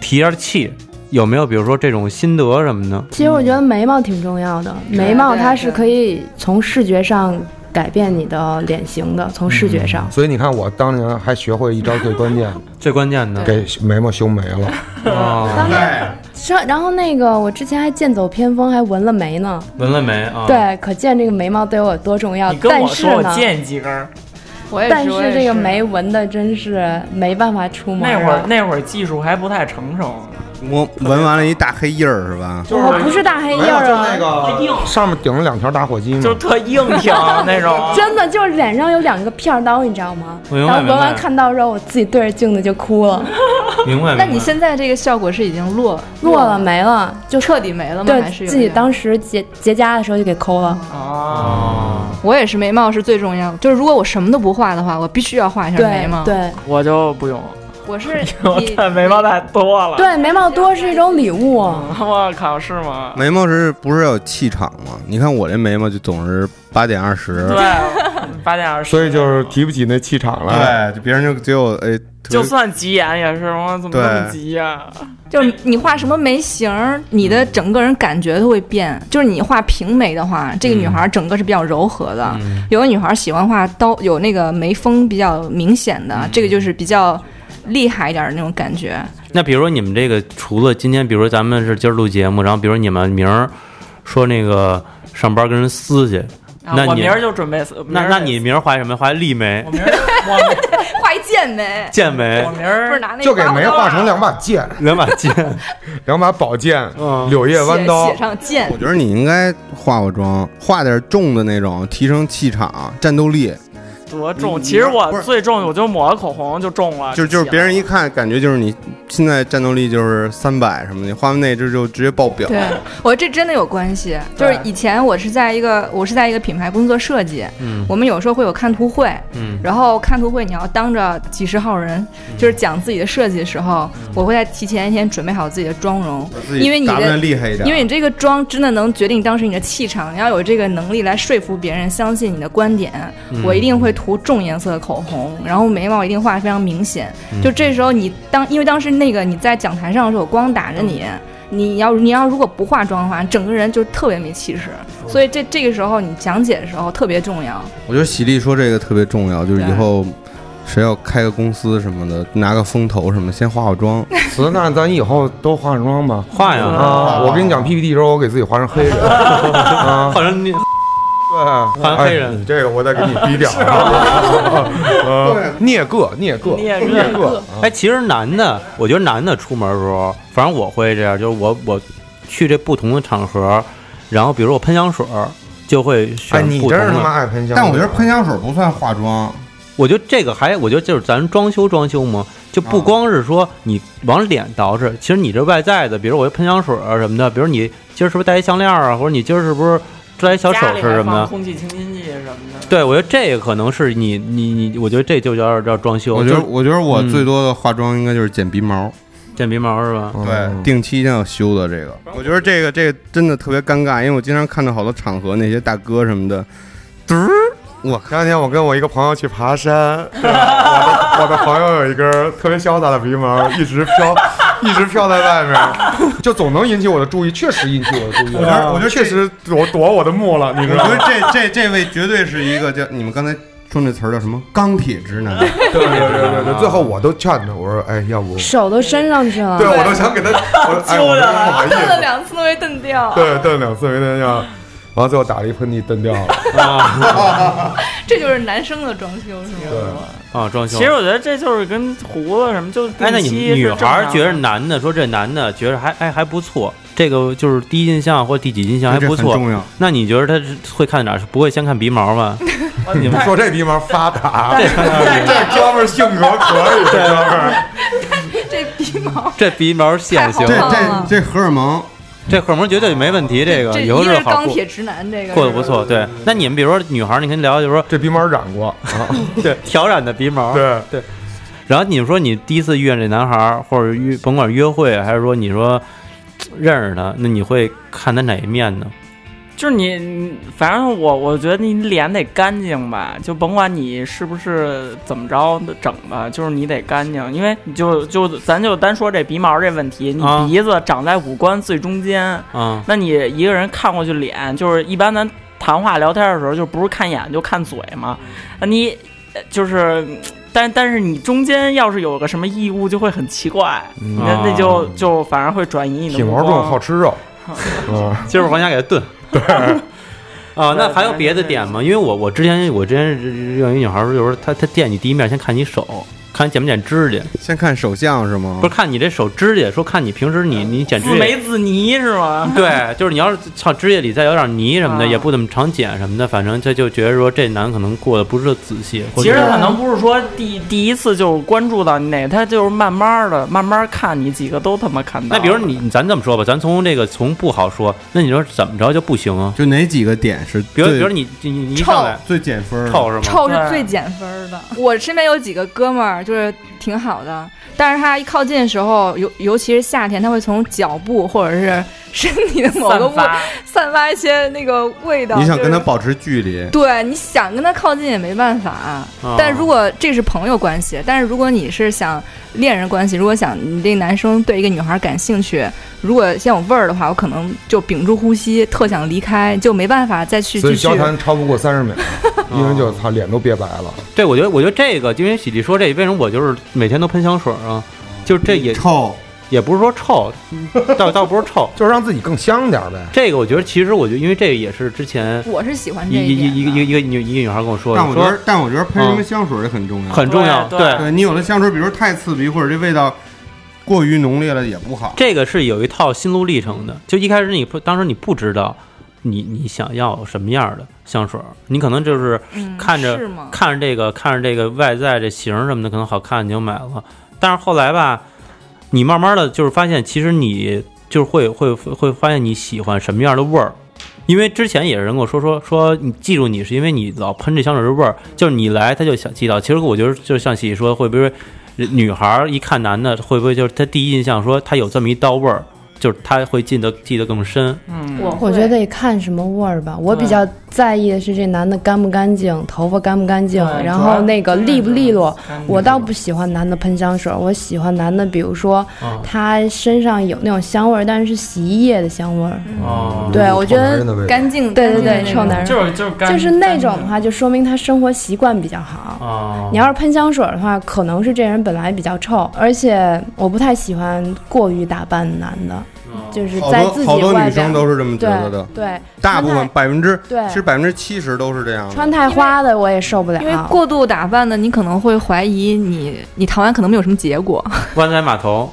Speaker 1: 提一下气，有没有比如说这种心得什么的？
Speaker 4: 其实我觉得眉毛挺重要的，眉毛它是可以从视觉上改变你的脸型的，从视觉上。
Speaker 3: 所以你看，我当年还学会一招最关键，
Speaker 1: 最关键的
Speaker 3: 给眉毛修眉了。
Speaker 1: 啊，
Speaker 4: 是，然后那个我之前还剑走偏锋，还纹了眉呢。
Speaker 1: 纹了没啊？，
Speaker 4: 对，可见这个眉毛对我有多重要。
Speaker 5: 你跟
Speaker 4: 但
Speaker 5: 我
Speaker 4: 是
Speaker 5: 说我
Speaker 4: 呢，
Speaker 5: 见几根儿，
Speaker 6: 我也
Speaker 4: 但是这个眉纹的真是没办法出门
Speaker 5: 那
Speaker 4: 啊。
Speaker 5: 会儿那会儿技术还不太成熟，
Speaker 2: 我纹完了一大黑印儿是吧？
Speaker 5: 就是
Speaker 4: 我不是大黑印
Speaker 3: 没有
Speaker 4: 儿
Speaker 3: 就
Speaker 4: 啊
Speaker 3: 那，个上面顶着两条打火机
Speaker 5: 就
Speaker 3: 嘛，
Speaker 5: 特硬 挺那
Speaker 3: 啊
Speaker 5: 种。
Speaker 4: 嗯真的就是脸上有两个片儿刀，你知道吗？
Speaker 1: 我
Speaker 4: 然
Speaker 1: 明白
Speaker 4: 后纹完
Speaker 1: 明白
Speaker 4: 看到之后，我自己对着镜子就 哭了，
Speaker 1: 明白。
Speaker 6: 那你
Speaker 1: 明白
Speaker 6: 现在这个效果是已经落
Speaker 4: 落了没了，就
Speaker 6: 就彻底没了吗？
Speaker 4: 对
Speaker 6: 还是有
Speaker 4: 自己
Speaker 6: 点
Speaker 4: 当时结结痂的时候就给抠了。
Speaker 5: 哦，
Speaker 1: 啊，
Speaker 6: 我也是眉毛是最重要的，就是如果我什么都不画的话，我必须要画一下眉
Speaker 4: 对
Speaker 6: 毛。，啊
Speaker 4: 对
Speaker 5: 我就不用，
Speaker 6: 我 是
Speaker 5: 我
Speaker 6: 你
Speaker 5: 太眉毛太多了。
Speaker 4: 对，眉毛多是一种礼物。
Speaker 5: 我靠，是吗？
Speaker 2: 眉毛是不是要有气场吗？你看我这眉毛就总是八点二
Speaker 1: 嗯
Speaker 2: 十，
Speaker 5: 对，八点二十。
Speaker 3: 所以就是提不起那气场来。
Speaker 2: 对，就别人就只有哎，特
Speaker 5: 就
Speaker 2: 别
Speaker 5: 算急眼也是，我怎么那么
Speaker 2: 对
Speaker 5: 急呀？
Speaker 6: 就是你画什么眉形儿，你的整个人感觉都会
Speaker 3: 嗯
Speaker 6: 变。就是你画平眉的话，这个女孩整个是比较柔和的；
Speaker 3: 嗯
Speaker 6: 有的女孩喜欢画刀，有那个眉峰比较明显的，
Speaker 3: 嗯
Speaker 6: 这个就是比较厉害一点的那种感觉。
Speaker 1: 那比如说你们这个，除了今天，比如说咱们是今儿录节目，然后比如说你们明儿说那个上班跟人撕去，
Speaker 5: 啊
Speaker 1: 那
Speaker 5: 我
Speaker 1: 你
Speaker 5: 明儿就准备死。明
Speaker 1: 那
Speaker 5: 儿
Speaker 1: 那
Speaker 5: 得
Speaker 1: 你
Speaker 5: 死
Speaker 1: 明儿画什么？画立眉
Speaker 5: 我、明儿我
Speaker 6: 画一剑眉，
Speaker 1: 剑眉
Speaker 5: 我、明
Speaker 6: 不
Speaker 4: 嗯
Speaker 6: 是
Speaker 5: 儿
Speaker 6: 拿那个啊
Speaker 3: 就给眉
Speaker 6: 刮
Speaker 3: 画成两把剑，
Speaker 1: 两把 剑。
Speaker 3: 两把宝剑，
Speaker 1: 嗯
Speaker 3: 柳叶
Speaker 6: 胡刀
Speaker 3: 弯刀
Speaker 6: 写写，上剑
Speaker 2: 我。觉得你应该化化妆，化点重的那种，提升气场、战斗力。
Speaker 5: 多重？
Speaker 2: 你
Speaker 5: 其实我
Speaker 2: 不是
Speaker 5: 最重，我就抹了口红就中了。
Speaker 2: 就啊就是
Speaker 5: 行
Speaker 2: 别人一看，感觉就是你现在战斗力就是三百什么的，你画完那这就直接爆表。
Speaker 6: 对 我这真的有关系，就是以前我是在一个我是在一个品牌工作设计，
Speaker 1: 嗯
Speaker 6: 我们有时候会有看图会，
Speaker 1: 嗯，
Speaker 6: 然后看图会，你要当着几十号人，就是讲自己的设计的时候，
Speaker 1: 嗯
Speaker 6: 我会在提前一天准备好自己的妆容，
Speaker 2: 自己
Speaker 6: 因为你
Speaker 2: 打扮得
Speaker 6: 的，
Speaker 2: 厉害一点，
Speaker 6: 因为你这个妆真的能决定当时你的气场，你要有这个能力来说服别人相信你的观点。我一定会涂重颜色的口红，然后眉毛一定画得非常明显。就这时候你当，因为当时那个你在讲台上的时候，光打着你。你要你要如果不化妆的话，整个人就特别没气势，所以这这个时候你讲解的时候特别重要。
Speaker 2: 我觉得喜力说这个特别重要，就是以
Speaker 6: 对
Speaker 2: 后谁要开个公司什么的，拿个风投什么，先化化 妆。
Speaker 3: 词那咱以后都化上妆吧。
Speaker 1: 画呀，
Speaker 5: 嗯
Speaker 3: 啊！我跟你讲 PPT 的时候，我给自己画成黑人。啊，
Speaker 1: 画成你
Speaker 3: 对，
Speaker 1: 画成黑人
Speaker 3: 哎你这个我得给你逼掉。 呃，聂个，聂个，
Speaker 5: 聂个
Speaker 3: 聂个，
Speaker 1: 哎，其实男的，我觉得男的出门的时候，反正我会这样，就是我我去这不同的场合，然后比如我喷香水儿，就会
Speaker 3: 哎，
Speaker 1: 选
Speaker 3: 你
Speaker 1: 不同
Speaker 3: 真是
Speaker 1: 的。
Speaker 3: 他妈爱喷香水。
Speaker 2: 但我觉得喷香水不算化妆，
Speaker 1: 我觉得这个还，我觉得就是咱装修装修嘛，就不光是说你往脸捯饬，其实你这外在的，比如我这喷香水啊什么的，比如你今儿是不是戴一项链啊，或者你今儿是不是戴一小首
Speaker 5: 家里
Speaker 1: 饰
Speaker 5: 还
Speaker 1: 什么
Speaker 5: 放
Speaker 1: 的。
Speaker 5: 空气清新剂什么的。
Speaker 1: 对，我觉得这个可能是你你你，我觉得这就叫叫装修。
Speaker 2: 我觉得
Speaker 1: 就
Speaker 2: 我觉得我
Speaker 1: 嗯
Speaker 2: 最多的化妆应该就是剪鼻毛，
Speaker 1: 是剪鼻毛是吧？
Speaker 3: 嗯
Speaker 2: 对，定期一定要修的这个。我觉得这个这个真的特别尴尬，因为我经常看到好多场合那些大哥什么的，嘟儿，我
Speaker 3: 前两天我跟我一个朋友去 爬山，我的我的朋友有一根特别潇洒的鼻毛，一直飘，一直飘在外面，就总能引起我的注意，确实引起我的注
Speaker 2: 我
Speaker 3: 意。啊
Speaker 2: 觉得我觉得
Speaker 3: 确实躲躲我的目了，你
Speaker 2: 我觉
Speaker 3: 知道
Speaker 2: 得
Speaker 3: 吗？
Speaker 2: 这这这位绝对是一个叫你们刚才说那词儿叫什么钢铁直男。
Speaker 3: 对对对对对， 最后我都劝他，我说，哎，要不，
Speaker 4: 手都伸上去了
Speaker 3: 对，我都想给他，我哎，我真不好意
Speaker 6: 瞪了
Speaker 3: 思，
Speaker 6: 两次都没瞪掉，
Speaker 3: 对，瞪两次没瞪 掉，然后最后打了一喷嚏，瞪掉了。
Speaker 6: 这就是男生的装修是吗？
Speaker 1: 啊，装修。
Speaker 5: 其实我觉得这就是跟胡子什么就定期
Speaker 1: 哎，那你们女
Speaker 5: 是正
Speaker 1: 孩儿
Speaker 5: 常
Speaker 1: 觉得男的说这男的觉得还哎还不错，这个就是第一印象或第几印象还
Speaker 2: 这
Speaker 1: 不
Speaker 2: 很
Speaker 1: 错。
Speaker 2: 重要。
Speaker 1: 那你觉得他是会看哪儿？是不会先看鼻毛 吗？你们
Speaker 3: 说这鼻毛发达，啊
Speaker 1: 这看
Speaker 3: 这哥们儿性格可以，这哥们儿。
Speaker 6: 这鼻毛，
Speaker 1: 这鼻毛线行
Speaker 2: 这，
Speaker 6: 太好看
Speaker 2: 这
Speaker 6: 了
Speaker 2: 这荷尔蒙，
Speaker 1: 这荷尔蒙绝对没问题。这个
Speaker 6: 这
Speaker 1: 以后
Speaker 6: 一个
Speaker 1: 日
Speaker 6: 是
Speaker 1: 子好
Speaker 6: 钢
Speaker 1: 过
Speaker 6: 铁直男，这个
Speaker 1: 过得
Speaker 6: 是
Speaker 1: 不错。对，那你们比如说女孩儿，你跟聊，就说
Speaker 3: 这鼻毛染过，啊，
Speaker 1: 对挑染的鼻毛，
Speaker 3: 对，
Speaker 1: 然后你们说你第一次遇见这男孩儿，或者约甭管约会，还是说你说嘖认识他，那你会看他哪一面呢？
Speaker 5: 就是你你，反正我我觉得你脸得干净吧，就甭管你是不是怎么着的整吧，就是你得干净，因为你就就咱就单说这鼻毛这问题，你
Speaker 1: 啊
Speaker 5: 鼻子长在五官最中间，
Speaker 1: 啊，
Speaker 5: 那你一个人看过去脸，就是一般咱谈话聊天的时候，就不是看眼就看嘴嘛，那你呃就是。但但是你中间要是有个什么异物，就会很奇怪，那那就就反而会转移你的
Speaker 3: 嗯啊体毛
Speaker 5: 目
Speaker 3: 重，
Speaker 5: 光
Speaker 3: 好吃肉，嗯，
Speaker 1: 今儿回家给他炖。对。啊，那还有别的点吗？因为我我之前我之前认为女孩儿就是她她见你第一面先看你手，看你剪不剪指甲，
Speaker 2: 先看手相是吗？
Speaker 1: 不是看你这手指甲，说看你平时你你剪指
Speaker 5: 自
Speaker 1: 甲
Speaker 5: 梅子泥是 吗？
Speaker 1: 对，就是你要是像指甲里再有点泥什么的，
Speaker 5: 啊
Speaker 1: 也不怎么常剪什么的，反正他就觉得说这男可能过得不是仔细。或
Speaker 5: 其
Speaker 1: 者
Speaker 5: 实可能不是说第第一次就关注到你哪，他就是慢慢的、慢慢看你几个都他妈看到。
Speaker 1: 那比如你，你咱这么说吧，咱从这个从不好说，那你说怎么着就不行啊？
Speaker 2: 就哪几个点是
Speaker 1: 比
Speaker 2: 最？
Speaker 1: 如比如你你你一上来
Speaker 2: 最减分儿的
Speaker 1: 臭是吗？
Speaker 6: 臭
Speaker 5: 对
Speaker 6: 是最减分的。我身边有几个哥们儿就是挺好的，但是他一靠近的时候，尤尤其是夏天，他会从脚部或者是 身体的某个
Speaker 5: 散
Speaker 6: 部
Speaker 5: 发
Speaker 6: 散发一些那个味道。
Speaker 2: 你想跟他
Speaker 6: 就是
Speaker 2: 保持距离，
Speaker 6: 对，你想跟他靠近也没办法。
Speaker 1: 啊
Speaker 6: 但如果这是朋友关系，但是如果你是想恋人关系，如果想你这男生对一个女孩感兴趣，如果像有味儿的话，我可能就屏住呼吸，特想离开，就没办法再去
Speaker 3: 所以
Speaker 6: 继续
Speaker 3: 交。谈超不过三十秒，因为就操脸都憋白了。
Speaker 1: 嗯对，我觉得我觉得这个，因为喜力说这，为什么我就是每天都喷香水啊？就是这 也
Speaker 2: 臭
Speaker 1: 也不是说臭，倒倒不是臭。
Speaker 3: 就是让自己更香点儿呗。
Speaker 1: 这个我觉得其实我觉得，因为这也是之前
Speaker 6: 我是喜欢
Speaker 1: 一
Speaker 6: 这
Speaker 1: 一
Speaker 6: 点
Speaker 1: 一
Speaker 6: 的
Speaker 1: 一个一个女一个女孩跟我说的，
Speaker 2: 但我觉
Speaker 1: 说
Speaker 2: 得，但我觉得喷什么
Speaker 1: 嗯
Speaker 2: 香水儿也很重要。
Speaker 1: 很重要，
Speaker 5: 对对
Speaker 2: 对你有的香水儿，比如太刺鼻或者这味道过于浓烈了也不好。
Speaker 1: 这个是有一套心路历程的。就一开始你不，当时你不知道你你想要什么样的香水儿，你可能就是
Speaker 6: 嗯
Speaker 1: 看着
Speaker 6: 是吗？
Speaker 1: 看着这个看着这个外在这型儿什么的可能好看，你就买了。但是后来吧，你慢慢的就是发现，其实你就是会会会发现你喜欢什么样的味儿。因为之前也是人跟我说说说你记住你是因为你老喷这香水的味儿，就是你来他就想记到。其实我觉得就像喜喜说，会不会女孩儿一看男的，会不会就是她第一印象说他有这么一道味儿，就是她会记得记得更深。
Speaker 5: 嗯，
Speaker 6: 我
Speaker 4: 我
Speaker 6: 会嗯
Speaker 4: 觉得得看什么味儿吧。我
Speaker 5: 对
Speaker 4: 比较在意的是这男的干不干净，头发干不干净，
Speaker 5: 对
Speaker 4: 然
Speaker 5: 主要
Speaker 4: 后那个
Speaker 5: 真的
Speaker 4: 利不
Speaker 5: 是
Speaker 4: 利落。
Speaker 5: 看
Speaker 4: 我
Speaker 5: 你
Speaker 4: 倒不喜欢男的喷香水，我喜欢男的，比如说
Speaker 1: 啊
Speaker 4: 他身上有那种香味儿，但是是洗衣液的香味儿。
Speaker 1: 哦
Speaker 4: 对
Speaker 3: 有
Speaker 4: 我
Speaker 3: 臭
Speaker 4: 觉
Speaker 3: 嗯男
Speaker 4: 得
Speaker 3: 人的味道
Speaker 6: 干净，
Speaker 4: 嗯对对对，
Speaker 6: 干净
Speaker 4: 臭
Speaker 6: 那种
Speaker 4: 男人
Speaker 5: 就是就是干
Speaker 4: 就是那种的
Speaker 5: 干
Speaker 4: 话，就说明他生活习惯比较好。
Speaker 1: 哦
Speaker 4: 你要是喷香水的话，可能是这人本来比较臭，而且我不太喜欢过于打扮的男的，就是
Speaker 2: 好
Speaker 4: 在
Speaker 2: 多
Speaker 4: 自己
Speaker 2: 好多
Speaker 4: 外
Speaker 2: 女生
Speaker 4: 表
Speaker 2: 都是这么觉
Speaker 4: 对
Speaker 2: 得的，
Speaker 4: 对
Speaker 2: 大部分百分之
Speaker 4: 对
Speaker 2: 其实百分之七十都是这样的。
Speaker 4: 穿太花的我也受不了，
Speaker 6: 因为过度打扮的，你可能会怀疑你，你谈完可能没有什么结果。
Speaker 1: 湾仔码头，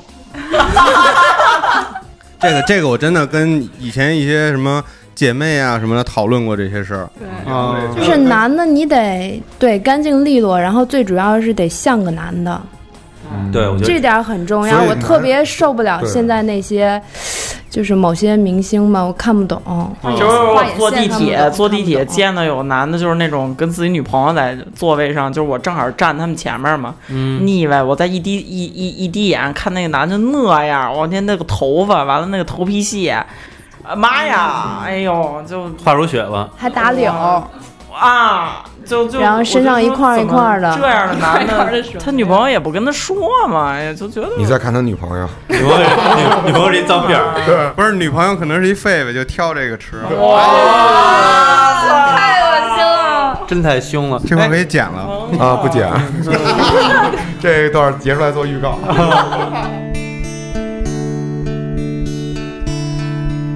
Speaker 2: 这个这个我真的跟以前一些什么姐妹啊什么的讨论过这些事儿。
Speaker 3: 嗯
Speaker 6: 对
Speaker 1: 啊
Speaker 2: 就
Speaker 4: 就是男的你得对干净利落，然后最主要是得像个男的，
Speaker 1: 对我觉得
Speaker 4: 这点儿很重要。
Speaker 2: 所以
Speaker 4: 我
Speaker 2: 男
Speaker 4: 特别受不了
Speaker 3: 对
Speaker 4: 现在那些，就是某些明星嘛，我看不懂。
Speaker 1: 哦
Speaker 5: 净就是我
Speaker 6: 花眼线
Speaker 5: 坐地
Speaker 6: 他们
Speaker 5: 铁，
Speaker 6: 都
Speaker 5: 坐地铁
Speaker 4: 看不懂
Speaker 5: 见到有男的，就是那种跟自己女朋友在座位上，就是我正好站他们前面嘛。
Speaker 1: 嗯
Speaker 5: 你以为我在一滴一一一滴眼看那个男的那样，我天那个头发，完了那个头皮屑，啊妈呀，哎呦，就
Speaker 1: 化如雪了。
Speaker 4: 还打领儿，
Speaker 5: 啊，就就
Speaker 4: 然后身上一块儿一块儿的
Speaker 5: 我就说怎么这样的男
Speaker 6: 一块儿一块儿的
Speaker 5: 的
Speaker 6: 什么，呀
Speaker 5: 他女朋友也不跟他说嘛，哎呀，就觉得
Speaker 3: 你再看他女朋友，
Speaker 1: 女朋友是，女女朋友是一脏辫儿。
Speaker 2: 不是女朋友可能是一狒狒，就挑这个吃，
Speaker 6: 太恶心了！
Speaker 1: 真太凶了。
Speaker 2: 这块
Speaker 1: 哎
Speaker 2: 可以剪了。
Speaker 3: 啊，不剪， 这一段截出来做预告。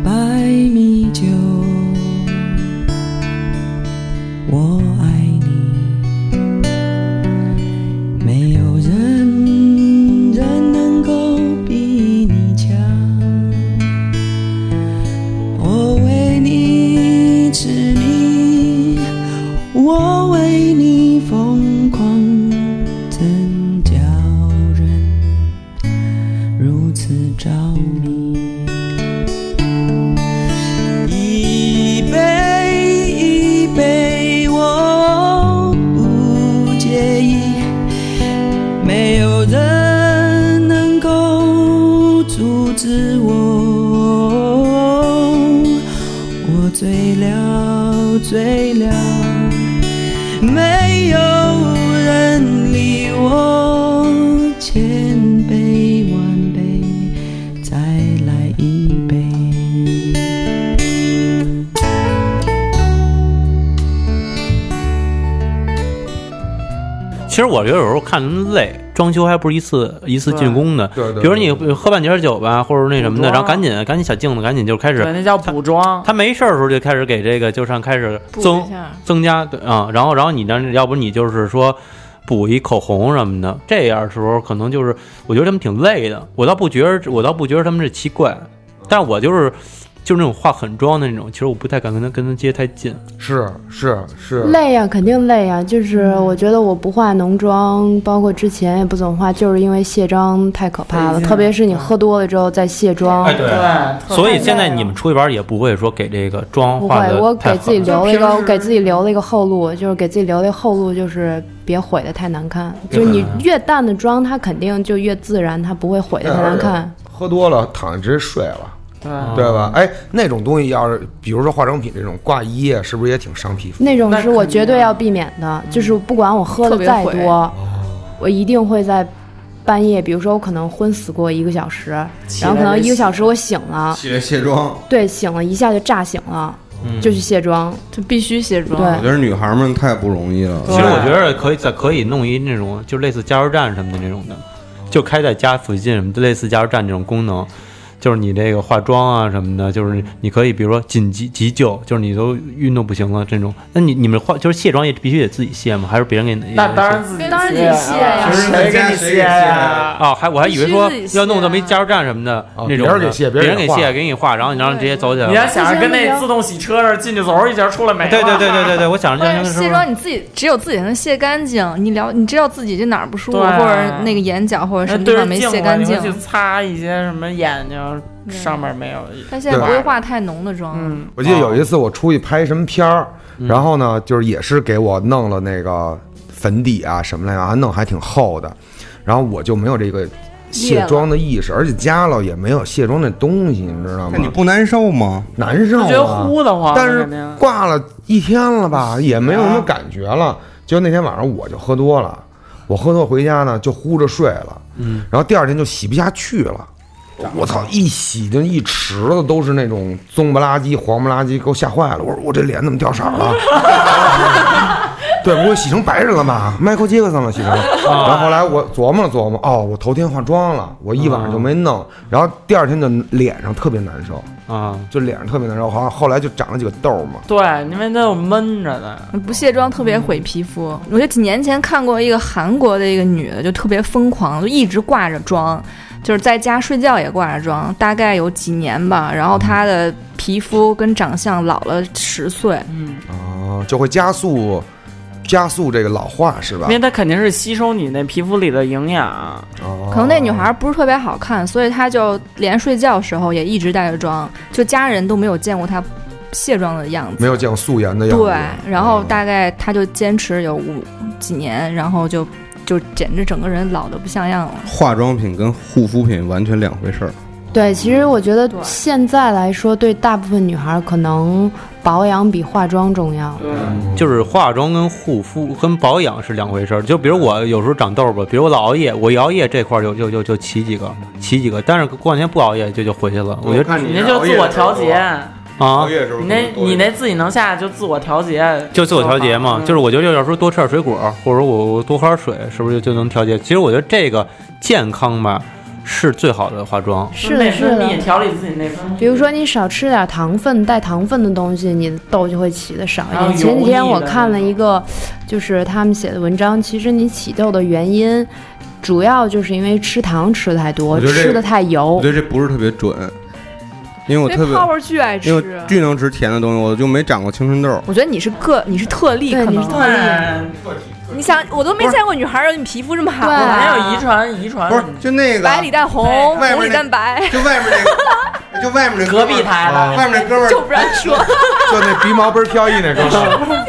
Speaker 7: 白米酒，我爱你。没有人人能够比你强，我为你痴迷，我为你疯狂，真叫人如此着迷。一杯一杯，我不介意，没有人能够阻止我，我醉了。最亮，没有人理我千杯万杯，再来一杯。
Speaker 1: 其实我觉得有时候看人累，装修还不是一次一次进攻的。
Speaker 3: 对对对
Speaker 1: 比如你喝半截酒吧，或者那什么
Speaker 5: 补
Speaker 1: 的，
Speaker 5: 妆
Speaker 1: 然后赶紧赶紧小镜子，赶紧就开
Speaker 5: 对，
Speaker 1: 始。
Speaker 5: 那叫补妆。
Speaker 1: 他没事儿的时候就开始给这个就上开始
Speaker 6: 补
Speaker 1: 增
Speaker 6: 一下，
Speaker 1: 增加对啊、然后然后你呢，要不你就是说补一口红什么的，这样的时候可能就是我觉得他们挺累的，我倒不觉得我倒不觉得他们是奇怪，但是我就是就是那种化狠妆的那种，其实我不太敢跟他跟他接太近，
Speaker 3: 是是是，
Speaker 4: 累呀、肯定累呀、啊就是我觉得我不化浓妆，包括之前也不怎么化，就是因为卸妆太可怕了，
Speaker 5: 对
Speaker 4: 特别是你喝多了之后再卸妆。
Speaker 1: 哎对
Speaker 5: 对，
Speaker 1: 所以现在你们出去玩也不会说给这个妆
Speaker 4: 不
Speaker 1: 化
Speaker 4: 会，
Speaker 1: 的
Speaker 4: 我给自己留了一
Speaker 5: 就
Speaker 4: 个，
Speaker 5: 平时
Speaker 4: 我给自己留了一个后路，就是给自己留了一个后路，就是别毁的太难看。就是你越淡的妆，它肯定就越自然，它不会毁的太难看。
Speaker 3: 喝多了躺着直接睡了。
Speaker 5: 对，
Speaker 3: 对
Speaker 6: 啊
Speaker 3: 吧？哎，那种东西要是，比如说化妆品这种挂一夜，是不是也挺伤皮肤？
Speaker 4: 那种
Speaker 5: 那
Speaker 4: 是我
Speaker 5: 肯定
Speaker 4: 绝对要避免的，就是不管我喝
Speaker 6: 特
Speaker 4: 的
Speaker 6: 别
Speaker 4: 再
Speaker 6: 毁
Speaker 4: 多，我一定会在半夜，比如说我可能昏死过一个小时，然后可能一个小时我醒了，
Speaker 2: 起来卸妆。
Speaker 4: 对，醒了一下就炸醒了，就去卸妆。
Speaker 6: 就必须卸妆。
Speaker 4: 对
Speaker 2: 我觉得女孩们太不容易了。
Speaker 1: 其实我觉得可以在可以弄一那种就类似加油站什么的那种的，就开在家附近什么的，类似加油站这种功能，就是你这个化妆啊什么的，就是你可以比如说紧急急救，就是你都运动不行了这种，那你你们化就是卸妆也必须得自己卸吗？还是别人给你？
Speaker 5: 那当然自己
Speaker 6: 当然
Speaker 5: 卸
Speaker 6: 得卸呀
Speaker 5: 啊谁给你卸呀？
Speaker 1: 啊，还我还以为说
Speaker 6: 必须自己卸啊
Speaker 1: 要弄这么一加油站什么的
Speaker 3: 哦
Speaker 1: 那种
Speaker 3: 别
Speaker 1: 的，
Speaker 3: 人给卸
Speaker 1: 别
Speaker 3: 别
Speaker 1: 人给
Speaker 3: 人给
Speaker 1: 卸
Speaker 3: 化
Speaker 1: 给你化，然后你让人直接走起来
Speaker 5: 你要
Speaker 1: 了。
Speaker 5: 想着跟那自动洗车似的，进去走一截，出来没了？
Speaker 1: 对对对对对对，我想着
Speaker 6: 或者
Speaker 1: 是不
Speaker 6: 卸
Speaker 1: 是
Speaker 6: 妆，你自己只有自己才能卸干净。你了，你知道自己这哪儿不舒服，
Speaker 5: 对啊
Speaker 6: 或者那个眼角或者
Speaker 5: 那
Speaker 6: 什么地
Speaker 5: 对着
Speaker 6: 方没
Speaker 5: 镜子
Speaker 6: 卸干净
Speaker 5: 你。会去擦一些什么眼睛上面没有。
Speaker 6: 但现在不会化太浓的妆，
Speaker 5: 嗯，
Speaker 3: 我记得有一次我出去拍什么片儿，然后呢，就是也是给我弄了那个粉底啊什么的啊，弄还挺厚的，然后我就没有这个卸妆的意识，而且家了也没有卸妆那东西，你知道
Speaker 2: 那你
Speaker 3: 吗？
Speaker 2: 不难受吗？
Speaker 3: 难受
Speaker 5: 我觉得
Speaker 3: 啊！
Speaker 5: 呼的慌，
Speaker 3: 但是
Speaker 5: 肯定
Speaker 3: 挂了一天了吧，也没有什么感觉了。结果那天晚上我就喝多了，我喝多回家呢就呼着睡了，嗯，然后第二天就洗不下去了。我操！一洗就一池子都是那种棕不拉几、黄不拉几，给我吓坏了。我说我这脸怎么掉色儿了？对，不会洗成白人了吧？Michael Jackson 了，洗成。然后后来我琢磨了琢磨，哦，我头天化妆了，我一晚上就没弄，然后第二天就脸上特别难受，
Speaker 1: 啊，
Speaker 3: 就脸上特别难受，好像后来就长了几个痘儿嘛。
Speaker 5: 对，因为那有闷着的。
Speaker 6: 不卸妆特别毁皮肤。我就几年前看过一个韩国的一个女的，就特别疯狂，就一直挂着妆，就是在家睡觉也挂着妆，大概有几年吧。然后她的皮肤跟长相老了十岁，
Speaker 5: 嗯，
Speaker 3: 哦，就会加速加速这个老化是吧
Speaker 5: 因？为它肯定是吸收你那皮肤里的营养，
Speaker 3: 哦
Speaker 6: 可能那女孩儿不是特别好看，所以她就连睡觉时候也一直带着妆，就家人都没有见过她卸妆的样子。
Speaker 3: 没有见过素颜的样子。
Speaker 6: 对，然后大概她就坚持有五几年，然后就就简直整个人老的不像样了。
Speaker 2: 化妆品跟护肤品完全两回事儿。
Speaker 4: 对，其实我觉得
Speaker 6: 对
Speaker 4: 现在来说，对大部分女孩儿可能保养比化妆重要。
Speaker 1: 就是化妆跟护肤跟保养是两回事儿。就比如我有时候长痘儿吧，比如我老熬夜，我一熬夜这块儿就就就就起几个，起几个。但是过两天不熬夜就就回去了。我觉得
Speaker 2: 看
Speaker 5: 你那就自我调节，
Speaker 1: 啊，
Speaker 2: 夜时候
Speaker 5: 你那你那自己能下就自我调节，
Speaker 1: 就自我调节嘛。
Speaker 5: 嗯
Speaker 1: 就是我觉得要说多吃点水果，或者说我我多喝点水，是不是就能调节？其实我觉得这个健康吧是最好的化妆。
Speaker 4: 是
Speaker 5: 内
Speaker 4: 的，是
Speaker 5: 分
Speaker 4: 的
Speaker 5: 泌。调理自己内分泌。
Speaker 4: 比如说，你少吃点糖分、带糖分的东西，你的痘就会起的少一
Speaker 5: 还有
Speaker 4: 点。前
Speaker 5: 油
Speaker 4: 几天
Speaker 5: 腻的
Speaker 4: 我看了一个，就是他们写的文章，其实你起痘的原因，主要就是因为吃糖吃的太多，
Speaker 2: 我觉得这
Speaker 4: 吃的太
Speaker 2: 我
Speaker 4: 油
Speaker 2: 觉。得这不是特别准，因为
Speaker 3: 哦
Speaker 2: 我
Speaker 6: 因
Speaker 2: 特
Speaker 6: 为
Speaker 2: 别，
Speaker 6: 哦泡泡巨爱
Speaker 2: 因为
Speaker 6: 吃，
Speaker 2: 我巨能吃甜的东西，我就没长过青春痘。
Speaker 6: 我觉得你是个你是特例，
Speaker 4: 对
Speaker 6: 可
Speaker 4: 你是特
Speaker 6: 能
Speaker 4: 例
Speaker 5: 对，
Speaker 6: 你想我都没见过女孩儿你皮肤这么好
Speaker 4: 对
Speaker 6: 啊，
Speaker 5: 还有遗传遗
Speaker 1: 嗯
Speaker 5: 传
Speaker 2: 不是，就那个，
Speaker 6: 白里带红，
Speaker 2: 外面
Speaker 6: 哎红里
Speaker 2: 那
Speaker 6: 带白，
Speaker 2: 就外面那 个，就外面那
Speaker 5: 隔壁台的
Speaker 2: 外面那哥们
Speaker 6: 就
Speaker 2: 儿，
Speaker 6: 不让说。
Speaker 3: 就那鼻毛倍儿飘逸那哥们儿，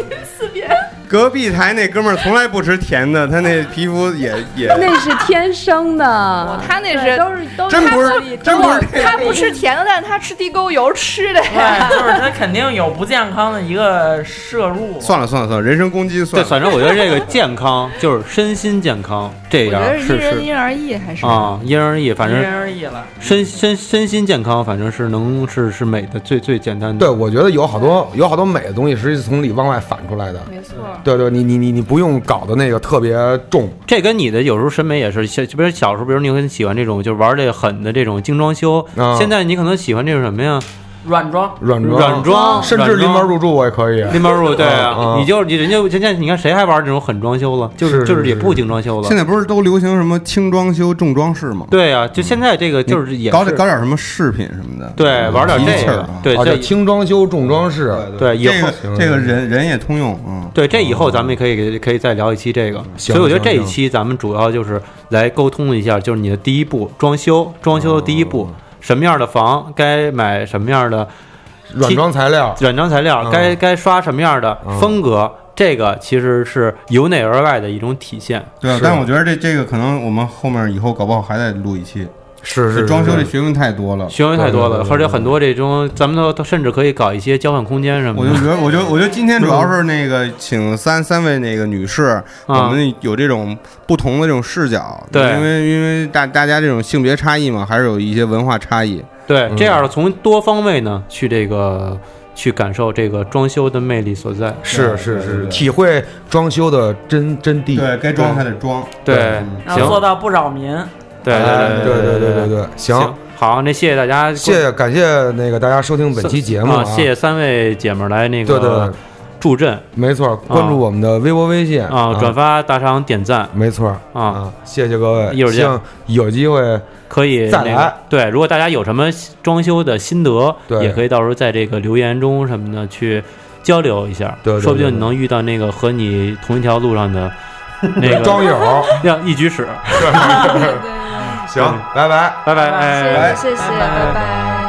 Speaker 2: 隔壁台那哥们儿从来不吃甜的，他那皮肤也 也
Speaker 4: 那是天生的，
Speaker 6: 他那
Speaker 4: 对
Speaker 6: 啊是
Speaker 4: 都是都
Speaker 2: 真不是真不是
Speaker 6: 他不吃甜的，但是他吃地沟油吃的呀。
Speaker 5: 对，就是他肯定有不健康的一个摄入。
Speaker 2: 算了算了算了，人身攻击
Speaker 1: 对，
Speaker 2: 算了。
Speaker 1: 反正我觉得这个健康就是身心健康，这
Speaker 6: 我觉
Speaker 1: 样
Speaker 6: 得
Speaker 1: 是
Speaker 6: 因人
Speaker 1: 是
Speaker 6: 因人而异，还是
Speaker 1: 啊，因人而异。反
Speaker 5: 因
Speaker 1: 正
Speaker 5: 人而异了。
Speaker 1: 身身身心健康，反正是能是是美的最最简单的。
Speaker 3: 对，我觉得有好多有好多美的东西，实际从里往外反出来的。
Speaker 6: 没错。
Speaker 3: 对对，你你你你不用搞的那个特别重，
Speaker 1: 这跟你的有时候审美也是，像就比如小时候，比如你很喜欢这种就是玩这个狠的这种精装修，
Speaker 3: 啊
Speaker 1: 现在你可能喜欢这种什么呀？
Speaker 5: 软装，
Speaker 3: 软装
Speaker 1: 软装，
Speaker 3: 甚至
Speaker 1: 软
Speaker 3: 拎
Speaker 1: 装
Speaker 3: 包入住我也可以。
Speaker 1: 拎包入，对
Speaker 3: 啊
Speaker 1: 啊
Speaker 3: 啊，
Speaker 1: 你就你人家现在你看谁还玩这种狠装修了？就是就是
Speaker 3: 是
Speaker 1: 也不
Speaker 3: 是
Speaker 1: 精装修
Speaker 2: 现
Speaker 1: 了。
Speaker 2: 在不是都流行什么轻装修、重装饰吗？
Speaker 1: 对啊，就现在这
Speaker 3: 嗯
Speaker 1: 个就是也
Speaker 2: 搞点
Speaker 1: 是
Speaker 2: 搞点什么饰品什么的，
Speaker 1: 对玩点
Speaker 2: 提
Speaker 1: 这
Speaker 2: 气儿
Speaker 1: 个
Speaker 2: 啊，
Speaker 1: 对
Speaker 3: 啊，
Speaker 1: 这
Speaker 3: 叫轻装修重装饰，
Speaker 1: 对以
Speaker 2: 这
Speaker 1: 后
Speaker 2: 个这个人人也通用，嗯，
Speaker 1: 对，这以后咱们也可以给可以再聊一期这个。
Speaker 3: 行
Speaker 1: 所以我觉得
Speaker 3: 行
Speaker 1: 这一
Speaker 3: 行
Speaker 1: 期咱们主要就是来沟通一下，就是你的第一步装修，装修的第一
Speaker 3: 哦
Speaker 1: 步，什么样的房该买什么样的
Speaker 3: 软装材料，
Speaker 1: 软装材料，
Speaker 3: 嗯
Speaker 1: 该该刷什么样的
Speaker 3: 嗯
Speaker 1: 风格，这个其实是由内而外的一种体现。
Speaker 2: 对啊
Speaker 3: 是。
Speaker 2: 但我觉得这这个可能我们后面以后搞不好还得录一期，
Speaker 3: 是
Speaker 2: 这
Speaker 3: 是
Speaker 2: 装修
Speaker 3: 是
Speaker 2: 这学问太多了。
Speaker 1: 学问太多了
Speaker 3: 对对对，对
Speaker 1: 而且很多这种咱们都都甚至可以搞一些交换空间什么
Speaker 2: 我就
Speaker 1: 的
Speaker 2: 觉得，我觉得，我觉得今天主要是那个嗯请三三位那个女士，我
Speaker 1: 啊。
Speaker 2: 们有这种不同的这种视角，
Speaker 1: 对
Speaker 2: 因为因为大大家这种性别差异嘛，还是有一些文化差异，
Speaker 1: 对，
Speaker 3: 嗯
Speaker 1: 这样从多方位呢去这个去感受这个装修的魅力所在。
Speaker 3: 是
Speaker 2: 对
Speaker 3: 是
Speaker 2: 对对
Speaker 3: 是，体会装修的真真谛。
Speaker 2: 对该装还得装，嗯
Speaker 1: 对，
Speaker 5: 然后
Speaker 1: 行
Speaker 5: 做，到不扰民。
Speaker 1: 对
Speaker 3: 嗯哎
Speaker 1: 对
Speaker 3: 对对
Speaker 1: 对
Speaker 3: 对对对，行
Speaker 1: 行，，好，那谢谢大家，
Speaker 3: 谢谢感谢那个大家收听本期节目
Speaker 1: 啊，
Speaker 3: 啊，
Speaker 1: 谢谢三位姐们儿来那
Speaker 3: 对对对
Speaker 1: 个，助阵
Speaker 3: 没错，关注我们的微博微信
Speaker 1: 啊，转发、打赏、点赞
Speaker 3: 没错
Speaker 1: 啊，，
Speaker 3: 谢谢各位，
Speaker 1: 一会儿见
Speaker 3: 希望有机会
Speaker 1: 可以
Speaker 3: 再
Speaker 1: 那
Speaker 3: 来
Speaker 1: 个对，如果大家有什么装修的心得，
Speaker 3: 对
Speaker 1: 也可以到时候在这个留言中什么的去交流一下，
Speaker 3: 对对对
Speaker 1: 说不定
Speaker 3: 对
Speaker 1: 你能遇到那个和你同一条路上的那
Speaker 3: 装
Speaker 1: 个
Speaker 3: 友，
Speaker 1: 要一举使，
Speaker 6: 对对对，
Speaker 3: 行，拜拜。
Speaker 1: 拜拜，
Speaker 5: 拜
Speaker 1: 哎。
Speaker 6: 谢谢谢谢，拜拜。